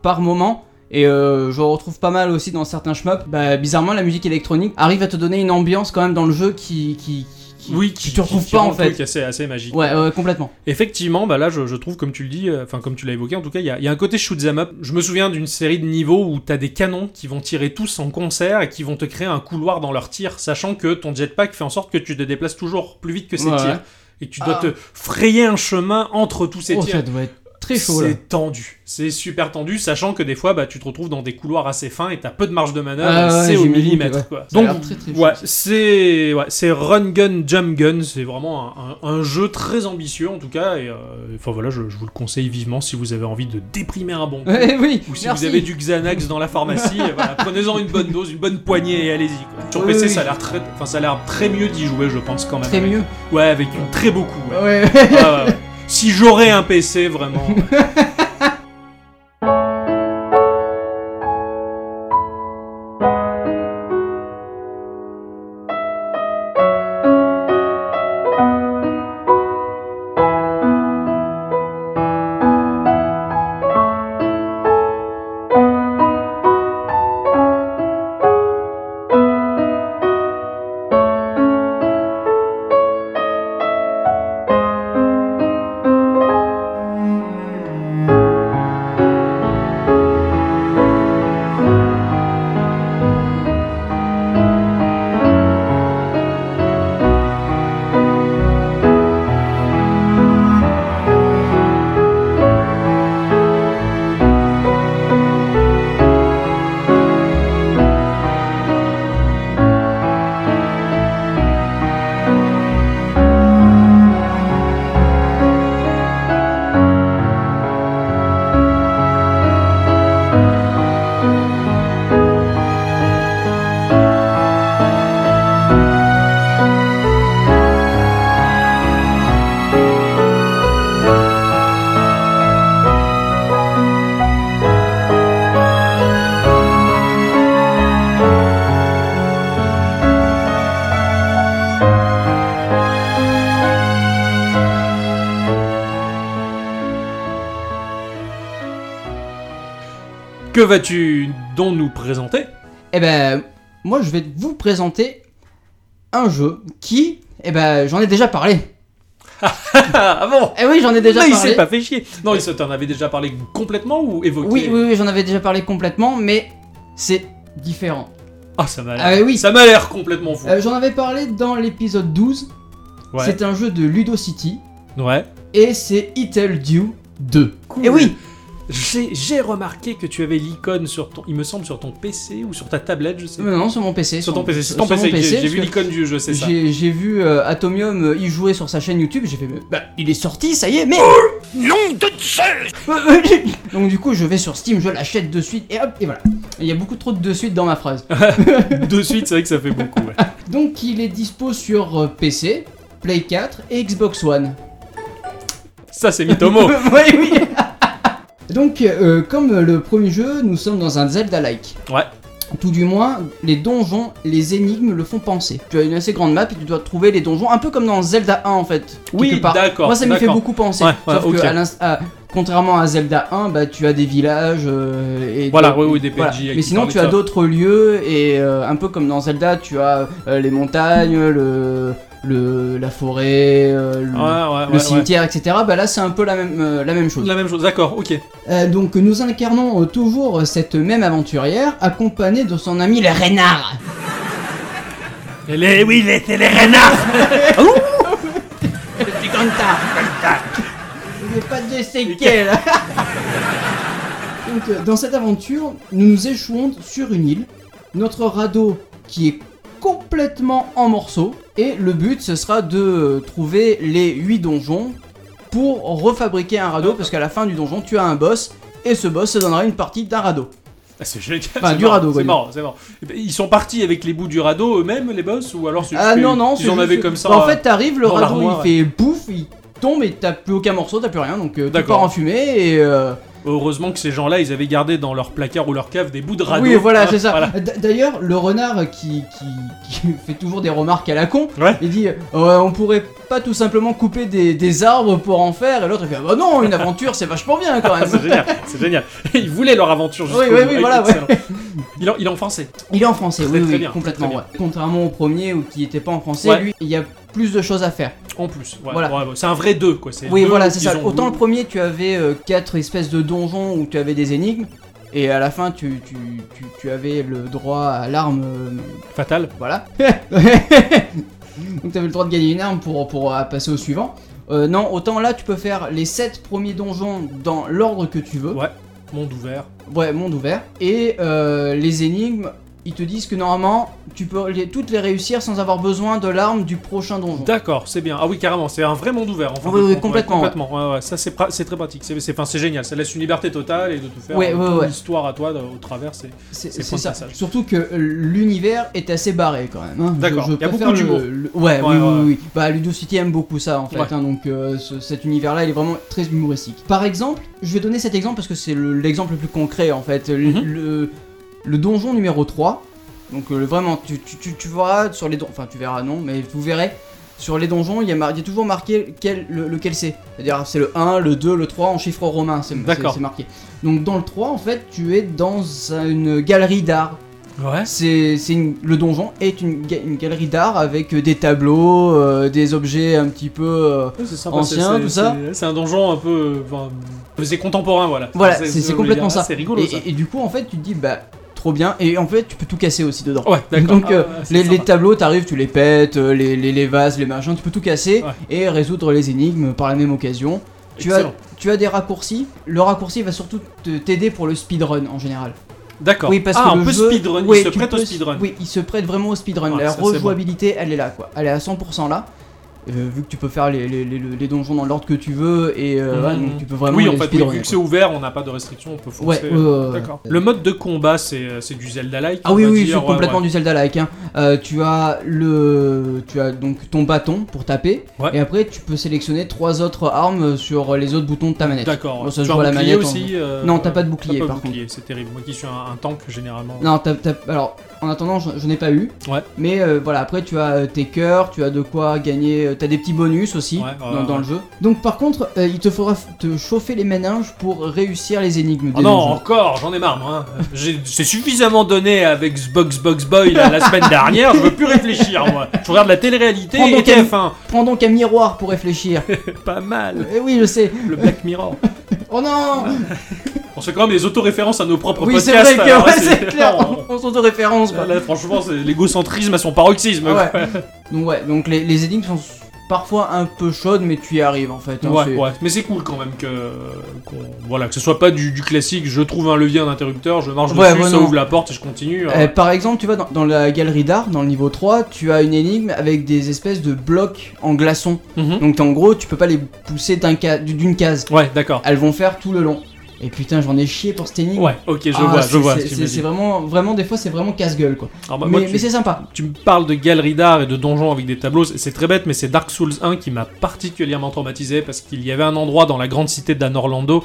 Speaker 1: par moment, et euh, je retrouve pas mal aussi dans certains shmups, bah, bizarrement, la musique électronique arrive à te donner une ambiance quand même dans le jeu qui. qui, qui- que tu retrouves pas
Speaker 4: rend
Speaker 1: en
Speaker 4: le
Speaker 1: fait.
Speaker 4: truc euh, assez, assez magique.
Speaker 1: Ouais, ouais, complètement.
Speaker 4: Effectivement, bah là, je, je trouve, comme tu le dis, euh, enfin, comme tu l'as évoqué, en tout cas, il y a, il y a un côté shoot'em up. Je me souviens d'une série de niveaux où t'as des canons qui vont tirer tous en concert et qui vont te créer un couloir dans leur tir, sachant que ton jetpack fait en sorte que tu te déplaces toujours plus vite que ces
Speaker 1: Ouais.
Speaker 4: tirs. Et tu dois
Speaker 1: Ah.
Speaker 4: te frayer un chemin entre tous ces
Speaker 1: Oh,
Speaker 4: tirs.
Speaker 1: ça doit être très chaud là.
Speaker 4: C'est tendu, c'est super tendu, sachant que des fois bah, tu te retrouves dans des couloirs assez fins et t'as peu de marge de manœuvre,
Speaker 1: Ah ouais,
Speaker 4: c'est au
Speaker 1: j'imagine que
Speaker 4: millimètre.
Speaker 1: ouais.
Speaker 4: quoi.
Speaker 1: Ça a l'air
Speaker 4: Donc,
Speaker 1: très, très
Speaker 4: ouais,
Speaker 1: chaud, ça.
Speaker 4: c'est ouais, c'est run gun, jump gun, c'est vraiment un, un- un jeu très ambitieux en tout cas. Et euh, enfin voilà, je, je vous le conseille vivement si vous avez envie de déprimer un bon
Speaker 1: *laughs*
Speaker 4: coup.
Speaker 1: Ouais, oui,
Speaker 4: Ou si
Speaker 1: merci.
Speaker 4: vous avez du Xanax dans
Speaker 1: *laughs*
Speaker 4: la pharmacie, euh, voilà, prenez-en une bonne dose, une bonne poignée et allez-y. quoi. Sur
Speaker 1: Oui,
Speaker 4: PC,
Speaker 1: oui.
Speaker 4: ça a l'air très, enfin ça a l'air très mieux d'y jouer, je pense quand même.
Speaker 1: Très
Speaker 4: avec-
Speaker 1: mieux.
Speaker 4: Ouais, avec une très beaucoup. ouais.
Speaker 1: Ouais.
Speaker 4: Ah ouais, ouais. Si j'aurais un PC, vraiment.
Speaker 1: *laughs*
Speaker 4: Que vas-tu donc nous présenter *laughs*
Speaker 1: Eh ben, moi je vais vous présenter un jeu qui, eh ben, j'en ai déjà parlé.
Speaker 4: Ah bon
Speaker 1: Eh oui, j'en ai déjà
Speaker 4: Mais il
Speaker 1: parlé.
Speaker 4: s'est pas fait chier Non, il se- t'en avais déjà parlé complètement ou évoqué
Speaker 1: Oui, oui, oui, j'en avais déjà parlé complètement, mais c'est différent.
Speaker 4: Ah, ça m'a l'air.
Speaker 1: Ah oui,
Speaker 4: Ça m'a l'air complètement fou.
Speaker 1: euh, j'en avais parlé dans l'épisode 12.
Speaker 4: ouais.
Speaker 1: C'est un jeu de Ludo City
Speaker 4: ouais.
Speaker 1: et c'est Itel Dew 2.
Speaker 4: Cool.
Speaker 1: Et Eh oui,
Speaker 4: J'ai j'ai remarqué que tu avais l'icône sur ton, il me semble sur ton PC ou sur ta tablette, je sais.
Speaker 1: Mais Euh, non, sur mon PC.
Speaker 4: sur ton PC, c'est ton PC. j'ai- J'ai vu
Speaker 1: parce que
Speaker 4: l'icône du jeu, c'est ça.
Speaker 1: J'ai j'ai vu euh, Atomium euh, y jouer sur sa chaîne YouTube, j'ai fait mais, bah il est sorti, ça y est, mais
Speaker 2: Oh,
Speaker 1: Euh,
Speaker 2: Nom de Dieu
Speaker 1: *laughs* donc du coup je vais sur Steam, je l'achète de suite et hop et voilà. Il y a beaucoup trop de de suite dans ma phrase.
Speaker 4: De suite, c'est vrai que ça fait beaucoup. ouais.
Speaker 1: Donc il est dispo sur euh, PC, Play 4 et Xbox One.
Speaker 4: Ça,
Speaker 1: *laughs*
Speaker 4: c'est Mitomo.
Speaker 1: oui oui. Donc euh, comme le premier jeu, nous sommes dans un Zelda-like.
Speaker 4: Ouais.
Speaker 1: Tout du moins, les donjons, les énigmes le font penser. Tu as une assez grande map et tu dois trouver les donjons, un peu comme dans Zelda 1 en fait.
Speaker 4: Oui,
Speaker 1: quelque part.
Speaker 4: d'accord,
Speaker 1: Moi ça me fait
Speaker 4: d'accord.
Speaker 1: beaucoup penser.
Speaker 4: Ouais, ouais,
Speaker 1: Sauf
Speaker 4: ok.
Speaker 1: que à l'inst- à- contrairement à Zelda 1, bah, tu as des villages euh, et
Speaker 4: Voilà,
Speaker 1: des-
Speaker 4: ouais, ouais, des PNJ avec
Speaker 1: Mais
Speaker 4: qui
Speaker 1: sinon
Speaker 4: parlent
Speaker 1: tu
Speaker 4: de
Speaker 1: as
Speaker 4: ça.
Speaker 1: d'autres lieux et euh, un peu comme dans Zelda, tu as euh, les montagnes, le, le la forêt, euh, le,
Speaker 4: Ouais, ouais,
Speaker 1: le
Speaker 4: ouais, ouais.
Speaker 1: cimetière, etc. Bah là c'est un peu la même euh, la même chose.
Speaker 4: La même chose, d'accord, ok.
Speaker 1: Euh, donc nous incarnons euh, toujours euh, cette même aventurière, accompagnée de son ami le renard.
Speaker 4: Les, oui, les, c'est les renards
Speaker 1: Le petit Ganta. Il n'y a pas de séquelles. donc euh, dans cette aventure, nous nous échouons sur une île. Notre radeau qui est complètement en morceaux. Et le but, ce sera de euh, trouver les 8 donjons pour refabriquer un radeau. Parce qu'à la fin du donjon, tu as un boss. Et ce boss se donnera une partie d'un radeau.
Speaker 4: Ah, c'est génial.
Speaker 1: Enfin,
Speaker 4: c'est
Speaker 1: du
Speaker 4: marrant,
Speaker 1: radeau, quoi,
Speaker 4: C'est
Speaker 1: du-
Speaker 4: marrant, c'est marrant. Eh ben, Ils sont partis avec les bouts du radeau eux-mêmes, les boss Ou alors c'est
Speaker 1: Ah
Speaker 4: juste
Speaker 1: non,
Speaker 4: que
Speaker 1: non, c'est
Speaker 4: Ils en
Speaker 1: juste-
Speaker 4: avaient comme ça. euh,
Speaker 1: Bah, en fait, t'arrives, le
Speaker 4: dans
Speaker 1: radeau il
Speaker 4: l'armoire,
Speaker 1: fait bouffe, il tombe et t'as plus aucun morceau, t'as plus rien. Donc euh, tu
Speaker 4: D'accord.
Speaker 1: pars en fumée et. euh,
Speaker 4: Heureusement que ces gens-là, ils avaient gardé dans leur placard ou leur cave des bouts de radeau.
Speaker 1: Oui, voilà,
Speaker 4: Ah,
Speaker 1: c'est ça. D- D'ailleurs, le renard qui, qui, qui *laughs* fait toujours des remarques à la con,
Speaker 4: Ouais.
Speaker 1: il dit euh, on pourrait pas tout simplement couper des, des arbres pour en faire, et l'autre il fait ah bah non, une aventure c'est vachement bien quand
Speaker 4: Ah,
Speaker 1: même.
Speaker 4: *laughs* c'est génial, c'est génial. Ils voulaient leur aventure jusqu'au
Speaker 1: Oui, oui,
Speaker 4: bout.
Speaker 1: oui,
Speaker 4: Ah,
Speaker 1: voilà,
Speaker 4: excellent. Il, en, il est en français.
Speaker 1: Il est en français,
Speaker 4: Très,
Speaker 1: oui,
Speaker 4: très
Speaker 1: oui,
Speaker 4: bien,
Speaker 1: complètement.
Speaker 4: très, très
Speaker 1: ouais. Contrairement au premier ou qui était pas en français,
Speaker 4: Ouais.
Speaker 1: lui il y a plus de choses à faire.
Speaker 4: En plus, ouais,
Speaker 1: Voilà.
Speaker 4: ouais, ouais, c'est un vrai 2 quoi. c'est
Speaker 1: Oui,
Speaker 4: deux
Speaker 1: voilà, c'est
Speaker 4: qu'ils
Speaker 1: ça.
Speaker 4: ont
Speaker 1: Autant le
Speaker 4: voulu-
Speaker 1: premier, tu avais euh, quatre espèces de donjons où tu avais des énigmes, et à la fin, tu, tu, tu, tu avais le droit à l'arme. euh,
Speaker 4: fatal.
Speaker 1: voilà. Donc, tu avais le droit de gagner une arme pour, pour euh, passer au suivant. Euh, non, autant là, tu peux faire les sept premiers donjons dans l'ordre que tu veux.
Speaker 4: Ouais. Monde ouvert.
Speaker 1: Ouais, monde ouvert. Et euh, les énigmes. Ils te disent que normalement, tu peux les- toutes les réussir sans avoir besoin de l'arme du prochain donjon.
Speaker 4: D'accord, c'est bien. Ah oui, carrément, c'est un vrai monde ouvert. En fin
Speaker 1: Oui,
Speaker 4: de
Speaker 1: oui,
Speaker 4: compte, ouais,
Speaker 1: complètement,
Speaker 4: complètement. Ouais, ouais, ça, c'est pra- c'est très pratique. C'est c'est- enfin, c'est génial. Ça laisse une liberté totale et de te faire
Speaker 1: Ouais,
Speaker 4: euh,
Speaker 1: ouais,
Speaker 4: ton
Speaker 1: ouais.
Speaker 4: histoire à toi de- au travers. c'est-
Speaker 1: C'est
Speaker 4: C'est
Speaker 1: c'est
Speaker 4: point de
Speaker 1: ça.
Speaker 4: passage.
Speaker 1: Surtout que euh, l'univers est assez barré quand même. hein. Je-
Speaker 4: D'accord.
Speaker 1: je
Speaker 4: Il y a
Speaker 1: préfère
Speaker 4: beaucoup
Speaker 1: le-
Speaker 4: d'humour.
Speaker 1: le- Ouais,
Speaker 4: Ouais,
Speaker 1: oui,
Speaker 4: ouais,
Speaker 1: oui,
Speaker 4: ouais.
Speaker 1: oui. Bah, Ludo City aime beaucoup ça en fait.
Speaker 4: Ouais.
Speaker 1: hein. donc euh, ce- cet univers-là, il est vraiment très humoristique. Par exemple, je vais donner cet exemple parce que c'est le- l'exemple le plus concret en fait. Le,
Speaker 4: Mhm.
Speaker 1: le- le donjon numéro 3. Donc euh, vraiment, tu, tu, tu, tu verras sur les donjons. Enfin, tu verras non, mais vous verrez. Sur les donjons, il y a, mar- il y a toujours marqué quel, le- lequel c'est. C'est-à-dire, c'est le 1, le 2, le 3 en chiffre romain. C'est c'est-
Speaker 4: D'accord.
Speaker 1: c'est marqué. Donc dans le 3, en fait, tu es dans une galerie d'art.
Speaker 4: Ouais.
Speaker 1: C'est, c'est une- le donjon est une, ga- une galerie d'art avec euh, des tableaux, euh, des objets un petit peu... euh,
Speaker 4: C'est sympa,
Speaker 1: Ancien,
Speaker 4: c'est- c'est-
Speaker 1: tout ça.
Speaker 4: c'est- C'est un donjon un peu. euh, enfin, C'est contemporain, voilà.
Speaker 1: Voilà, c'est, c'est
Speaker 4: je voulais
Speaker 1: complètement
Speaker 4: dire. Ah,
Speaker 1: ça.
Speaker 4: C'est rigolo
Speaker 1: et,
Speaker 4: ça.
Speaker 1: et- et du coup, en fait, tu te dis, bah, trop bien. Et en fait, tu peux tout casser aussi dedans.
Speaker 4: Ouais, d'accord.
Speaker 1: Donc,
Speaker 4: Ah,
Speaker 1: euh,
Speaker 4: ouais, c'est
Speaker 1: les,
Speaker 4: sympa.
Speaker 1: les tableaux, t'arrives, tu les pètes, euh, les, les, les vases, les machins, tu peux tout casser
Speaker 4: Ouais.
Speaker 1: et résoudre les énigmes par la même occasion. Tu as,
Speaker 4: Excellent.
Speaker 1: tu as des raccourcis. Le raccourci va surtout te- t'aider pour le speedrun en général.
Speaker 4: D'accord.
Speaker 1: Oui, parce
Speaker 4: ah,
Speaker 1: que
Speaker 4: un
Speaker 1: le
Speaker 4: peu
Speaker 1: jeu-
Speaker 4: speedrun.
Speaker 1: oui,
Speaker 4: il se
Speaker 1: tu
Speaker 4: prête au
Speaker 1: peux-
Speaker 4: speedrun.
Speaker 1: Oui, il se prête vraiment au speedrun.
Speaker 4: Ah,
Speaker 1: la
Speaker 4: ça, c'est bon.
Speaker 1: rejouabilité, elle est là, quoi. Elle est à 100% là. Euh, vu que tu peux faire les, les- les- les donjons dans l'ordre que tu veux, et euh,
Speaker 4: Mhm.
Speaker 1: voilà, donc tu peux vraiment
Speaker 4: Oui,
Speaker 1: les
Speaker 4: en fait, oui,
Speaker 1: speedrunner,
Speaker 4: vu que
Speaker 1: quoi.
Speaker 4: c'est ouvert, on n'a pas de restrictions, on peut
Speaker 1: Ouais,
Speaker 4: foncer.
Speaker 1: ouais, ouais, ouais.
Speaker 4: D'accord. Le mode de combat, c'est c'est du Zelda-like.
Speaker 1: Ah
Speaker 4: on
Speaker 1: oui,
Speaker 4: va
Speaker 1: oui,
Speaker 4: dire,
Speaker 1: c'est
Speaker 4: ouais,
Speaker 1: complètement
Speaker 4: ouais.
Speaker 1: du Zelda-like. hein. Euh, tu as le, tu as donc ton bâton pour taper,
Speaker 4: Ouais.
Speaker 1: et après tu peux sélectionner trois autres armes sur les autres boutons de ta manette.
Speaker 4: D'accord.
Speaker 1: Bon, ça se
Speaker 4: tu as
Speaker 1: joue à
Speaker 4: un
Speaker 1: la
Speaker 4: bouclier
Speaker 1: manette,
Speaker 4: aussi euh,
Speaker 1: Non, t'as pas de
Speaker 4: T'as
Speaker 1: bouclier
Speaker 4: pas
Speaker 1: par contre.
Speaker 4: bouclier, c'est terrible. Moi qui suis un, un tank généralement.
Speaker 1: Non, t'as- t'as- alors en attendant, je, je n'ai pas eu.
Speaker 4: Ouais.
Speaker 1: Mais euh, voilà, après tu as euh, tes cœurs, tu as de quoi gagner, euh, t'as des petits bonus aussi
Speaker 4: Ouais, ouais,
Speaker 1: dans,
Speaker 4: ouais,
Speaker 1: dans le jeu. Donc par contre, euh, il te faudra f- te chauffer les méninges pour réussir les énigmes.
Speaker 4: Oh
Speaker 1: des
Speaker 4: non,
Speaker 1: donjons.
Speaker 4: encore, j'en ai marre moi. hein. J'ai j'ai suffisamment donné avec Xbox Box Boy là, la semaine dernière, je veux plus réfléchir moi. Je regarde la télé-réalité
Speaker 1: Prends
Speaker 4: et
Speaker 1: donc
Speaker 4: TF1.
Speaker 1: Prends donc un miroir pour
Speaker 4: *laughs*
Speaker 1: réfléchir.
Speaker 4: Pas mal,
Speaker 1: Eh oui, je sais.
Speaker 4: le Black Mirror.
Speaker 1: Oh non
Speaker 4: On se fait quand même des autoréférences à nos propres
Speaker 1: Oui, c'est
Speaker 4: podcasts.
Speaker 1: vrai que
Speaker 4: alors,
Speaker 1: ouais,
Speaker 4: c'est- *laughs*
Speaker 1: c'est clair,
Speaker 4: Non,
Speaker 1: *laughs* on, on de référence. Ah *laughs*
Speaker 4: on- Là, franchement, c'est l'égocentrisme à son paroxysme. quoi.
Speaker 1: Donc ouais, donc les, les énigmes sont parfois un peu chaude, mais tu y arrives en fait. hein,
Speaker 4: Ouais,
Speaker 1: c'est-
Speaker 4: ouais, mais c'est cool quand même que, qu'on- voilà, que ce soit pas du, du classique je trouve un levier, un interrupteur, je marche
Speaker 1: Ouais,
Speaker 4: dessus,
Speaker 1: ouais,
Speaker 4: ça
Speaker 1: non.
Speaker 4: ouvre la porte et je continue.
Speaker 1: Euh,
Speaker 4: hein.
Speaker 1: par exemple, tu vois, dans, dans la galerie d'art, dans le niveau 3, tu as une énigme avec des espèces de blocs en glaçon.
Speaker 4: Mhm.
Speaker 1: Donc en gros, tu peux pas les pousser d'un ca- d'une case.
Speaker 4: Ouais, d'accord.
Speaker 1: Elles vont faire tout le long. Et putain, j'en ai chié pour cette énigme.
Speaker 4: Ouais, ok, je
Speaker 1: Ah,
Speaker 4: vois,
Speaker 1: c'est-
Speaker 4: je vois.
Speaker 1: c'est-
Speaker 4: ce que tu
Speaker 1: C'est
Speaker 4: me
Speaker 1: c'est
Speaker 4: dis.
Speaker 1: vraiment, vraiment, des fois, c'est vraiment casse-gueule quoi.
Speaker 4: Alors, bah,
Speaker 1: mais
Speaker 4: moi,
Speaker 1: mais
Speaker 4: tu,
Speaker 1: c'est sympa.
Speaker 4: tu me parles de galeries d'art et de donjons avec des tableaux, c'est c'est très bête, mais c'est Dark Souls 1 qui m'a particulièrement traumatisé parce qu'il y avait un endroit dans la grande cité d'An Orlando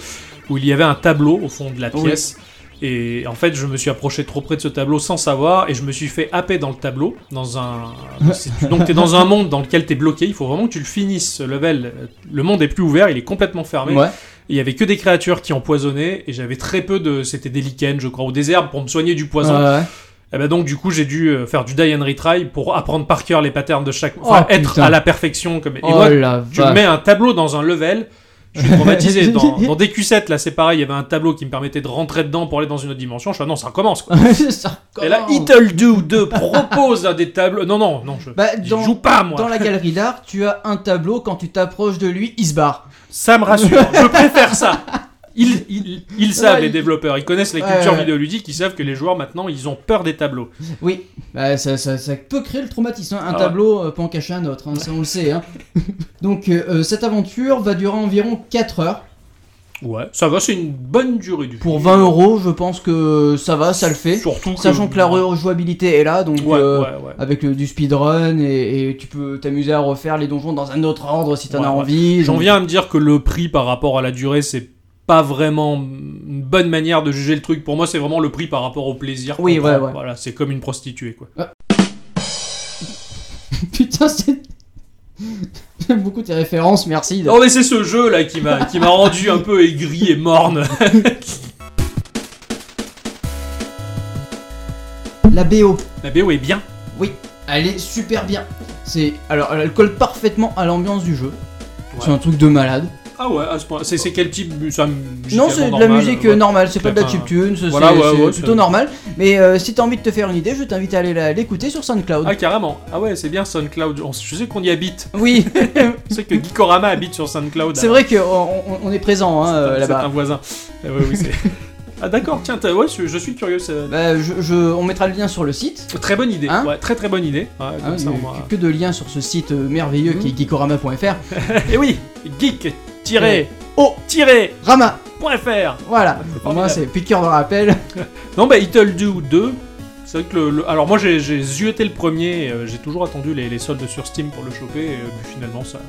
Speaker 4: où il y avait un tableau au fond de la
Speaker 1: Oui.
Speaker 4: pièce. Et en fait, je me suis approché trop près de ce tableau sans savoir, et je me suis fait happer dans le tableau.
Speaker 1: *laughs*
Speaker 4: Dans un c'est- donc t'es dans un monde dans lequel t'es bloqué. Il faut vraiment que tu le finisses ce level. Le monde est plus ouvert, il est complètement fermé.
Speaker 1: Ouais.
Speaker 4: Il y avait que des créatures qui empoisonnaient, et j'avais très peu de. C'était des lichens, je crois, ou des herbes pour me soigner du poison.
Speaker 1: Ouais, ouais.
Speaker 4: Et ben donc du coup j'ai dû euh, faire du die and retry pour apprendre par cœur les patterns de chaque, enfin
Speaker 1: Oh,
Speaker 4: être
Speaker 1: putain.
Speaker 4: à la perfection comme. Et
Speaker 1: Oh
Speaker 4: moi,
Speaker 1: la
Speaker 4: tu
Speaker 1: vache.
Speaker 4: mets un tableau dans un level. Je suis
Speaker 1: *laughs*
Speaker 4: traumatisé. dans, dans DQ7 là c'est pareil, il y avait un tableau qui me permettait de rentrer dedans pour aller dans une autre dimension. Je suis ah non ça recommence. Quoi.
Speaker 1: *laughs* Ça
Speaker 4: Et là
Speaker 1: recommence.
Speaker 4: Ital Do
Speaker 1: *laughs*
Speaker 4: 2 propose un des tableaux. Non non non je.
Speaker 1: Bah,
Speaker 4: j'y
Speaker 1: dans,
Speaker 4: joue pas moi.
Speaker 1: dans la galerie d'art, tu as un tableau. Quand tu t'approches de lui, il se barre.
Speaker 4: Ça me
Speaker 1: *laughs*
Speaker 4: rassure. je préfère ça. Ils, ils, ils savent
Speaker 1: Ouais,
Speaker 4: les
Speaker 1: ils-
Speaker 4: développeurs, ils connaissent la
Speaker 1: Ouais,
Speaker 4: culture
Speaker 1: ouais.
Speaker 4: vidéoludique, ils savent que les joueurs maintenant ils ont peur des tableaux.
Speaker 1: Oui, bah, ça, ça- ça peut créer le traumatisme. hein. Un
Speaker 4: Ah ouais.
Speaker 1: tableau euh, peut en cacher un autre, hein, ça on le sait.
Speaker 4: *laughs*
Speaker 1: hein. Donc euh, euh, cette aventure va durer environ 4 heures.
Speaker 4: Ouais, ça va, c'est une bonne durée du
Speaker 1: Pour
Speaker 4: film.
Speaker 1: 20 euros, je pense que ça va, ça le fait.
Speaker 4: Surtout que-
Speaker 1: Sachant que la rejouabilité est là, donc
Speaker 4: Ouais,
Speaker 1: euh,
Speaker 4: ouais, ouais.
Speaker 1: avec euh, du speedrun et, et tu peux t'amuser à refaire les donjons dans un autre ordre si t'en
Speaker 4: Ouais,
Speaker 1: as
Speaker 4: ouais.
Speaker 1: envie.
Speaker 4: J'en
Speaker 1: Donc,
Speaker 4: viens à me dire que le prix par rapport à la durée, c'est pas vraiment une bonne manière de juger le truc. Pour moi, c'est vraiment le prix par rapport au plaisir. qu'on
Speaker 1: Oui, ouais,
Speaker 4: prend.
Speaker 1: ouais.
Speaker 4: Voilà, c'est comme une prostituée, quoi.
Speaker 1: *laughs* Putain, c'est. *laughs* J'aime beaucoup tes références, merci.
Speaker 4: Non, mais c'est ce jeu là qui m'a qui m'a rendu un peu aigri et morne. *laughs*
Speaker 1: La BO.
Speaker 4: La BO est bien.
Speaker 1: Oui, elle est super bien. C'est alors elle colle parfaitement à l'ambiance du jeu. C'est
Speaker 4: Ouais.
Speaker 1: un truc de malade.
Speaker 4: Ah ouais, à ce point. C'est c'est quel type ça, musicalement
Speaker 1: Non, c'est de la
Speaker 4: normal,
Speaker 1: musique
Speaker 4: euh,
Speaker 1: euh, normale, c'est pas de la
Speaker 4: Enfin,
Speaker 1: chiptune, c'est
Speaker 4: voilà,
Speaker 1: c'est-
Speaker 4: ouais,
Speaker 1: c'est
Speaker 4: ouais,
Speaker 1: plutôt
Speaker 4: c'est-
Speaker 1: normal. Mais euh, si t'as envie de te faire une idée, je t'invite à aller la- l'écouter sur SoundCloud.
Speaker 4: Ah carrément. Ah ouais, c'est bien SoundCloud. On- Je sais qu'on y habite. *laughs*
Speaker 1: Oui,
Speaker 4: Je sais que Geekorama habite sur SoundCloud.
Speaker 1: c'est vrai qu'on on, on est présent hein, euh,
Speaker 4: C'est un- C'est un
Speaker 1: là-bas.
Speaker 4: voisin. Ah, ouais,
Speaker 1: *laughs*
Speaker 4: oui, c'est- ah d'accord, tiens, t'as- ouais, je, je suis curieux. ça-
Speaker 1: Bah, je- je- on mettra le lien sur le site.
Speaker 4: Très bonne idée.
Speaker 1: Hein
Speaker 4: ouais, très très bonne idée. Ouais, comme
Speaker 1: hein,
Speaker 4: ça, on
Speaker 1: il y a
Speaker 4: va- Mhm.
Speaker 1: Que de liens sur ce site euh, merveilleux qui est
Speaker 4: *laughs*
Speaker 1: geekorama.fr.
Speaker 4: Et oui, geek tiré
Speaker 1: Oh,
Speaker 4: tiré
Speaker 1: Rama,
Speaker 4: point fr.
Speaker 1: voilà. Pour moi,
Speaker 4: Ah, Formidable.
Speaker 1: c'est plus de cœur de rappel.
Speaker 4: Non, bah It'll Do 2. C'est vrai que le, le- alors moi j'ai j'ai zioté le premier, euh, j'ai toujours attendu les, les soldes sur Steam pour le choper, et euh, puis finalement ça,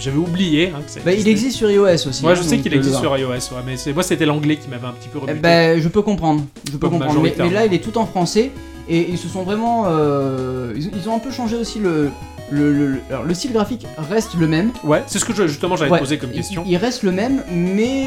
Speaker 4: j'avais oublié. hein, que ça
Speaker 1: Bah, il existe sur iOS aussi.
Speaker 4: Moi
Speaker 1: hein,
Speaker 4: je sais
Speaker 1: donc,
Speaker 4: qu'il
Speaker 1: euh,
Speaker 4: existe
Speaker 1: le-
Speaker 4: sur iOS, ouais, mais c'est- moi c'était l'anglais qui m'avait un petit peu
Speaker 1: Eh
Speaker 4: rebuté.
Speaker 1: ben, je peux comprendre. Je peux
Speaker 4: Comme
Speaker 1: comprendre. Mais,
Speaker 4: majoritairement.
Speaker 1: mais là, il est tout en français et ils se sont vraiment. euh, ils, ils ont un peu changé aussi le. Le, le- le- alors, le style graphique reste le même.
Speaker 4: Ouais, c'est ce que je- justement j'avais
Speaker 1: Ouais,
Speaker 4: posé comme
Speaker 1: Il,
Speaker 4: question.
Speaker 1: il reste le même, mais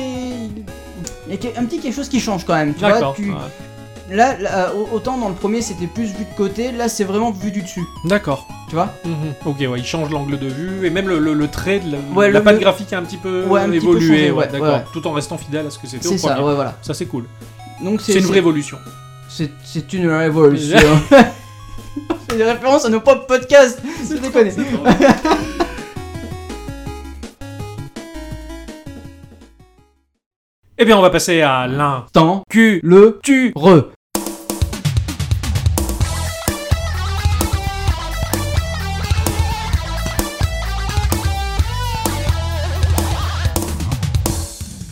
Speaker 1: il y a que- un petit quelque chose qui change quand même. Tu vois,
Speaker 4: D'accord.
Speaker 1: tu-
Speaker 4: ouais.
Speaker 1: là, là, au- autant dans le premier c'était plus vu de côté, là c'est vraiment vu du dessus.
Speaker 4: D'accord.
Speaker 1: Tu vois
Speaker 4: Mhm. Ok, ouais, il change l'angle de vue et même le, le- le trait, de la,
Speaker 1: Ouais,
Speaker 4: la
Speaker 1: le-
Speaker 4: patte
Speaker 1: le-
Speaker 4: graphique a un petit peu
Speaker 1: Ouais, un petit peu
Speaker 4: évolué,
Speaker 1: changé,
Speaker 4: ouais,
Speaker 1: ouais,
Speaker 4: d'accord,
Speaker 1: ouais.
Speaker 4: tout en restant fidèle à ce que c'était au
Speaker 1: C'est ça,
Speaker 4: premier.
Speaker 1: ouais, voilà.
Speaker 4: Ça c'est cool.
Speaker 1: Donc
Speaker 4: C'est une révolution.
Speaker 1: C'est c'est une révolution.
Speaker 4: *laughs*
Speaker 1: c'est des références à nos propres podcasts. C'est déconné.
Speaker 4: Eh bien, on va passer à l'un.
Speaker 1: Tant
Speaker 4: Q.
Speaker 1: le
Speaker 4: Tu.
Speaker 1: re.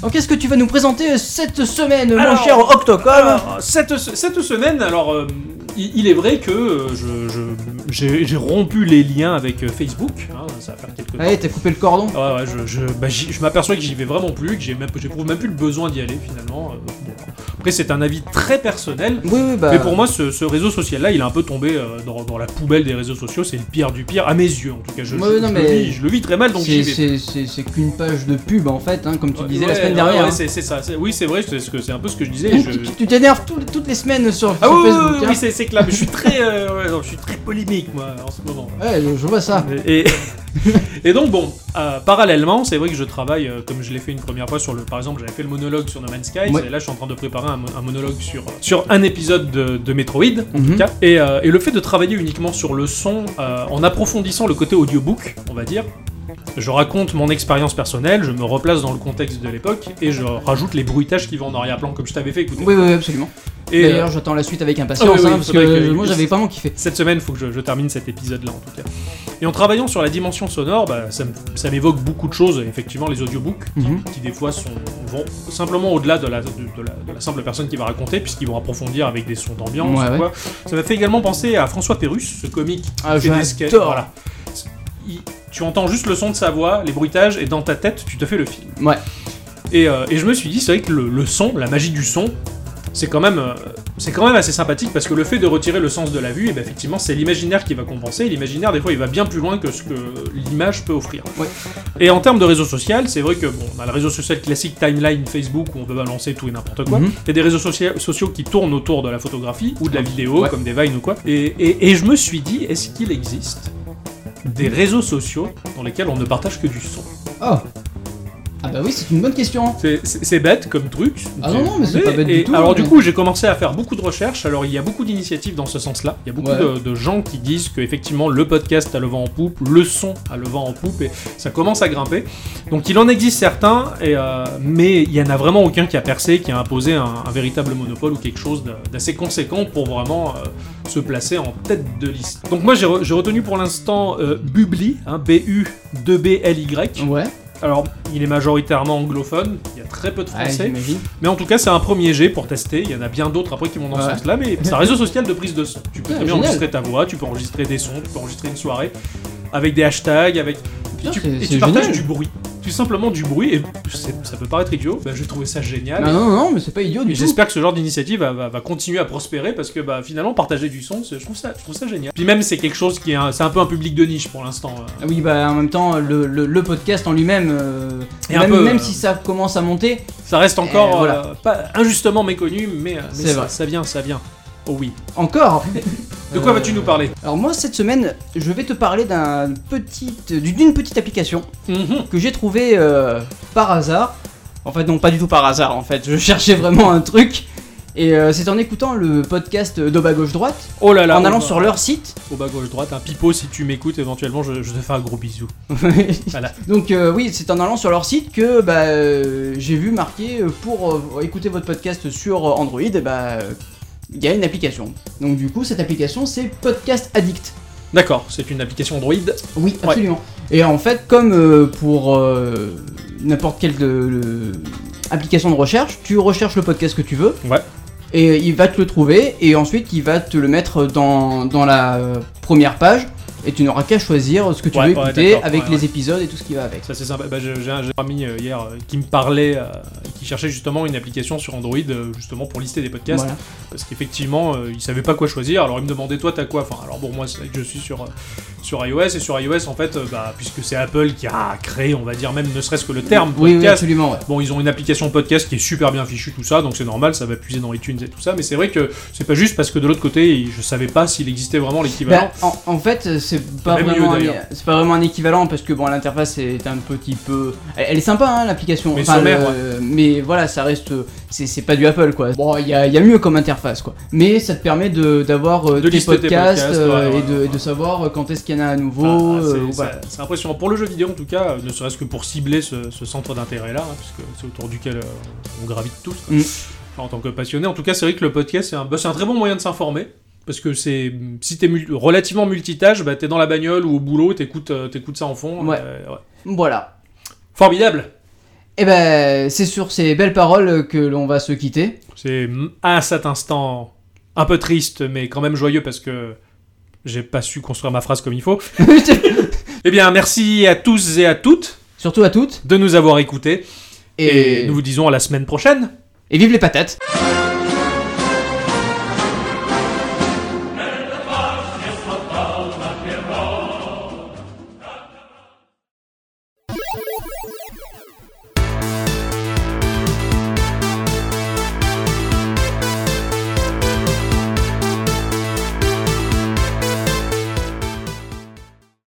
Speaker 1: Donc qu'est-ce que tu vas nous présenter euh, cette semaine, mon
Speaker 4: Alors,
Speaker 1: cher Octocom
Speaker 4: Alors, cette, se- cette semaine, alors, euh, il, il est vrai que euh, je- je- j'ai j'ai rompu les liens avec euh, Facebook. hein, ça va faire quelques temps.
Speaker 1: Allez, Eh, t'as coupé le cordon
Speaker 4: Ouais, ouais, je, je, bah, j'y- je m'aperçois que j'y vais vraiment plus, que j'ai même, j'éprouve même plus le besoin d'y aller finalement. euh, bon. Après, c'est un avis très personnel.
Speaker 1: Oui, oui, bah.
Speaker 4: Mais pour moi, ce, ce réseau social-là, il est un peu tombé euh, dans, dans la poubelle des réseaux sociaux. C'est le pire du pire, à mes yeux en tout cas. Je,
Speaker 1: Ouais,
Speaker 4: je-
Speaker 1: non,
Speaker 4: je
Speaker 1: mais-
Speaker 4: le, vis, je le vis très mal, donc j'y
Speaker 1: c'est- c'est
Speaker 4: vais.
Speaker 1: c'est- c'est qu'une page de pub en fait, hein, comme tu
Speaker 4: Ouais,
Speaker 1: disais la
Speaker 4: ouais,
Speaker 1: semaine
Speaker 4: ouais,
Speaker 1: dernière.
Speaker 4: ouais,
Speaker 1: hein.
Speaker 4: c'est c'est ça. c'est- Oui, c'est vrai, c'est ce que- c'est un peu ce que je disais. je-
Speaker 1: Tu- Tu t'énerves tout- toutes les semaines sur,
Speaker 4: Ah
Speaker 1: sur
Speaker 4: oui, oui,
Speaker 1: Facebook.
Speaker 4: oui,
Speaker 1: hein.
Speaker 4: oui, c'est c'est clair. mais je suis très, euh, ouais, non, je suis très polémique moi en ce moment.
Speaker 1: Ouais, je- je vois ça.
Speaker 4: Et, et donc bon, euh, parallèlement, c'est vrai que je travaille, euh, comme je l'ai fait une première fois sur le, par exemple, j'avais fait le monologue sur No Man's Sky,
Speaker 1: Ouais.
Speaker 4: et là je suis en train de préparer un, mo- un monologue sur sur un épisode de, de Metroid, en
Speaker 1: Mhm.
Speaker 4: tout cas. Et, euh, et le fait de travailler uniquement sur le son, euh, en approfondissant le côté audiobook, on va dire. Je raconte mon expérience personnelle, je me replace dans le contexte de l'époque et je rajoute les bruitages qui vont en arrière-plan comme je t'avais fait écouter.
Speaker 1: Oui, oui, oui, absolument.
Speaker 4: Et, euh,
Speaker 1: D'ailleurs, j'attends la suite avec impatience,
Speaker 4: ah oui, oui,
Speaker 1: hein, parce que
Speaker 4: faudrait que-
Speaker 1: moi j'avais vraiment kiffé.
Speaker 4: cette semaine, il faut que je, je termine cet épisode-là en tout cas. Et en travaillant sur la dimension sonore, bah, ça m- ça m'évoque beaucoup de choses, effectivement, les audiobooks,
Speaker 1: Mhm.
Speaker 4: qui des fois sont, vont simplement au-delà de la, de, de la, de la simple personne qui va raconter, puisqu'ils vont approfondir avec des sons d'ambiance.
Speaker 1: Ouais,
Speaker 4: ou
Speaker 1: ouais.
Speaker 4: quoi. Ça m'a fait également penser à François Pérus, ce comique
Speaker 1: Ah,
Speaker 4: fait des sketchs,
Speaker 1: j'adore.
Speaker 4: voilà. Il- Tu entends juste le son de sa voix, les bruitages, et dans ta tête, tu te fais le film.
Speaker 1: Ouais.
Speaker 4: Et, euh, et je me suis dit, c'est vrai que le, le son, la magie du son, c'est quand même, euh, c'est quand même assez sympathique parce que le fait de retirer le sens de la vue, et ben effectivement, c'est l'imaginaire qui va compenser. et L'imaginaire, des fois, il va bien plus loin que ce que l'image peut offrir.
Speaker 1: Ouais.
Speaker 4: Et en termes de réseau social, c'est vrai que bon, on a le réseau social classique timeline Facebook où on peut balancer tout et n'importe quoi.
Speaker 1: Mhm.
Speaker 4: Il y a des réseaux socia- sociaux qui tournent autour de la photographie ou de la vidéo,
Speaker 1: Ouais.
Speaker 4: comme des Vines ou quoi. Et, et- et je me suis dit, est-ce qu'il existe des réseaux sociaux dans lesquels on ne partage que du son
Speaker 1: Oh Ah bah oui, c'est une bonne question.
Speaker 4: C'est- C'est c'est bête comme truc.
Speaker 1: Ah non, non, mais c'est pas bête
Speaker 4: et-
Speaker 1: du tout,
Speaker 4: Alors,
Speaker 1: mais-
Speaker 4: du coup, j'ai commencé à faire beaucoup de recherches. Alors, il y a beaucoup d'initiatives dans ce sens-là. Il y a beaucoup
Speaker 1: Ouais.
Speaker 4: de, de gens qui disent que, effectivement, le podcast a le vent en poupe, le son a le vent en poupe, et ça commence à grimper. Donc, il en existe certains, et, euh, mais il y en a vraiment aucun qui a percé, qui a imposé un, un véritable monopole ou quelque chose d'a- d'assez conséquent pour vraiment euh, se placer en tête de liste. Donc, moi, j'ai re- j'ai retenu pour l'instant euh, Bubli, hein, B-U-B-L-Y.
Speaker 1: Ouais,
Speaker 4: Alors, il est majoritairement anglophone, il y a très peu de
Speaker 1: ouais,
Speaker 4: français,
Speaker 1: Ah, j'imagine.
Speaker 4: mais en tout cas, c'est un premier jet pour tester. Il y en a bien d'autres après qui vont dans ce
Speaker 1: Ouais.
Speaker 4: sens-là, mais c'est un réseau social de prise de son. Tu peux
Speaker 1: Ah,
Speaker 4: très bien
Speaker 1: génial.
Speaker 4: enregistrer ta voix, tu peux enregistrer des sons, tu peux enregistrer une soirée avec des hashtags, avec. Et
Speaker 1: Putain,
Speaker 4: tu,
Speaker 1: Ah, c'est-
Speaker 4: et
Speaker 1: c'est
Speaker 4: tu partages
Speaker 1: génial.
Speaker 4: du bruit, tout simplement du bruit, et c'est- ça peut paraître idiot, bah, je trouvais ça génial.
Speaker 1: Non, non, non, mais c'est pas idiot
Speaker 4: Et
Speaker 1: du tout.
Speaker 4: J'espère que ce genre d'initiative va, va- va continuer à prospérer parce que bah, finalement partager du son, c'est- je trouve, ça, je trouve ça génial. Puis même c'est quelque chose qui est un, c'est un peu un public de niche pour l'instant. euh.
Speaker 1: Ah Oui, bah en même temps, le, le- le podcast en lui-même, euh,
Speaker 4: Et un
Speaker 1: même,
Speaker 4: peu,
Speaker 1: même
Speaker 4: euh,
Speaker 1: si ça commence à monter,
Speaker 4: Ça reste encore
Speaker 1: Euh, voilà.
Speaker 4: euh, pas injustement méconnu, mais, euh, mais
Speaker 1: C'est
Speaker 4: ça,
Speaker 1: vrai.
Speaker 4: ça vient, ça vient. Oh oui.
Speaker 1: encore. *laughs*
Speaker 4: De quoi
Speaker 1: Euh,
Speaker 4: vas-tu nous parler
Speaker 1: Alors moi, cette semaine, je vais te parler d'un petit, d'une petite application
Speaker 4: Mhm.
Speaker 1: que j'ai trouvé euh, par hasard. En fait, non, pas du tout par hasard, en fait. Je *laughs* cherchais vraiment un truc. Et euh, c'est en écoutant le podcast d'au bas gauche droite,
Speaker 4: Oh là là.
Speaker 1: en
Speaker 4: oh
Speaker 1: allant
Speaker 4: bah-
Speaker 1: sur leur site.
Speaker 4: Au bas gauche droite, un pipeau si tu m'écoutes éventuellement, je, je te fais un gros bisou. Voilà.
Speaker 1: *laughs* Donc euh, oui, c'est en allant sur leur site que bah, euh, j'ai vu marqué euh, pour euh, écouter votre podcast sur euh, Android, et bah, euh, il y a une application. Donc du coup, cette application, c'est Podcast Addict.
Speaker 4: D'accord, c'est une application Android.
Speaker 1: Oui,
Speaker 4: Ouais.
Speaker 1: absolument. Et en fait, comme euh, pour euh, n'importe quelle de- de- application de recherche, tu recherches le podcast que tu veux.
Speaker 4: Ouais.
Speaker 1: Et il va te le trouver, et ensuite il va te le mettre dans, dans la euh, première page, et tu n'auras qu'à choisir ce que tu
Speaker 4: Ouais,
Speaker 1: veux
Speaker 4: ouais,
Speaker 1: écouter
Speaker 4: d'accord,
Speaker 1: avec
Speaker 4: ouais,
Speaker 1: les
Speaker 4: ouais.
Speaker 1: épisodes et tout ce qui va avec.
Speaker 4: Ça c'est sympa. Bah, j'ai j'ai un, j'ai un ami euh, hier euh, qui me parlait, euh, qui cherchait justement une application sur Android euh, justement pour lister des podcasts.
Speaker 1: Voilà.
Speaker 4: parce qu'effectivement euh, il savait pas quoi choisir alors il me demandait toi t'as quoi enfin alors bon moi c'est vrai que je suis sur euh, sur iOS et sur iOS en fait euh, bah puisque c'est Apple qui a créé on va dire même ne serait-ce que le terme
Speaker 1: Oui, oui,
Speaker 4: podcast
Speaker 1: absolument, ouais.
Speaker 4: Bon, ils ont une application podcast qui est super bien fichue, tout ça, donc c'est normal, ça va puiser dans iTunes et tout ça, mais c'est vrai que c'est pas juste parce que de l'autre côté, je savais pas s'il existait vraiment l'équivalent.
Speaker 1: Bah, en, en fait, c'est pas,
Speaker 4: même mieux,
Speaker 1: vraiment un-
Speaker 4: d'ailleurs.
Speaker 1: c'est pas vraiment un équivalent parce que bon, l'interface est un petit peu. Elle, elle est sympa, hein, l'application.
Speaker 4: Mais sommaire,
Speaker 1: Mais voilà, ça reste. C'est c'est pas du Apple, quoi. Bon, il y a, il y a mieux comme interface, quoi. Mais ça te permet de- d'avoir euh,
Speaker 4: De
Speaker 1: tes
Speaker 4: lister tes
Speaker 1: podcasts,
Speaker 4: podcasts,
Speaker 1: euh,
Speaker 4: ouais, ouais,
Speaker 1: et, de,
Speaker 4: ouais.
Speaker 1: et de savoir euh, quand est-ce qu'il y en a à nouveau.
Speaker 4: Enfin, ah,
Speaker 1: euh,
Speaker 4: c'est-
Speaker 1: voilà.
Speaker 4: c'est- c'est impressionnant pour le jeu vidéo en tout cas, euh, ne serait-ce que pour cibler ce, ce centre d'intérêt là, puisque c'est autour duquel euh, on gravite tous quoi.
Speaker 1: Mm.
Speaker 4: Enfin, en tant que passionné. En tout cas, c'est vrai que le podcast c'est un, bah, c'est un très bon moyen de s'informer. Parce que c'est si t'es mul- relativement multitâche, bah t'es dans la bagnole ou au boulot, t'écoutes euh, t'écoutes ça en fond.
Speaker 1: Ouais.
Speaker 4: euh, ouais.
Speaker 1: Voilà.
Speaker 4: Formidable.
Speaker 1: Et ben, c'est sur ces belles paroles que l'on va se quitter. *laughs*
Speaker 4: C'est mm, à cet instant un peu triste, mais quand même joyeux parce que j'ai pas su construire ma phrase comme il faut. Eh bien, merci à tous et à toutes
Speaker 1: Surtout à toutes.
Speaker 4: de nous avoir écoutés
Speaker 1: Et,
Speaker 4: et nous vous disons à la semaine prochaine.
Speaker 1: et vive les patates!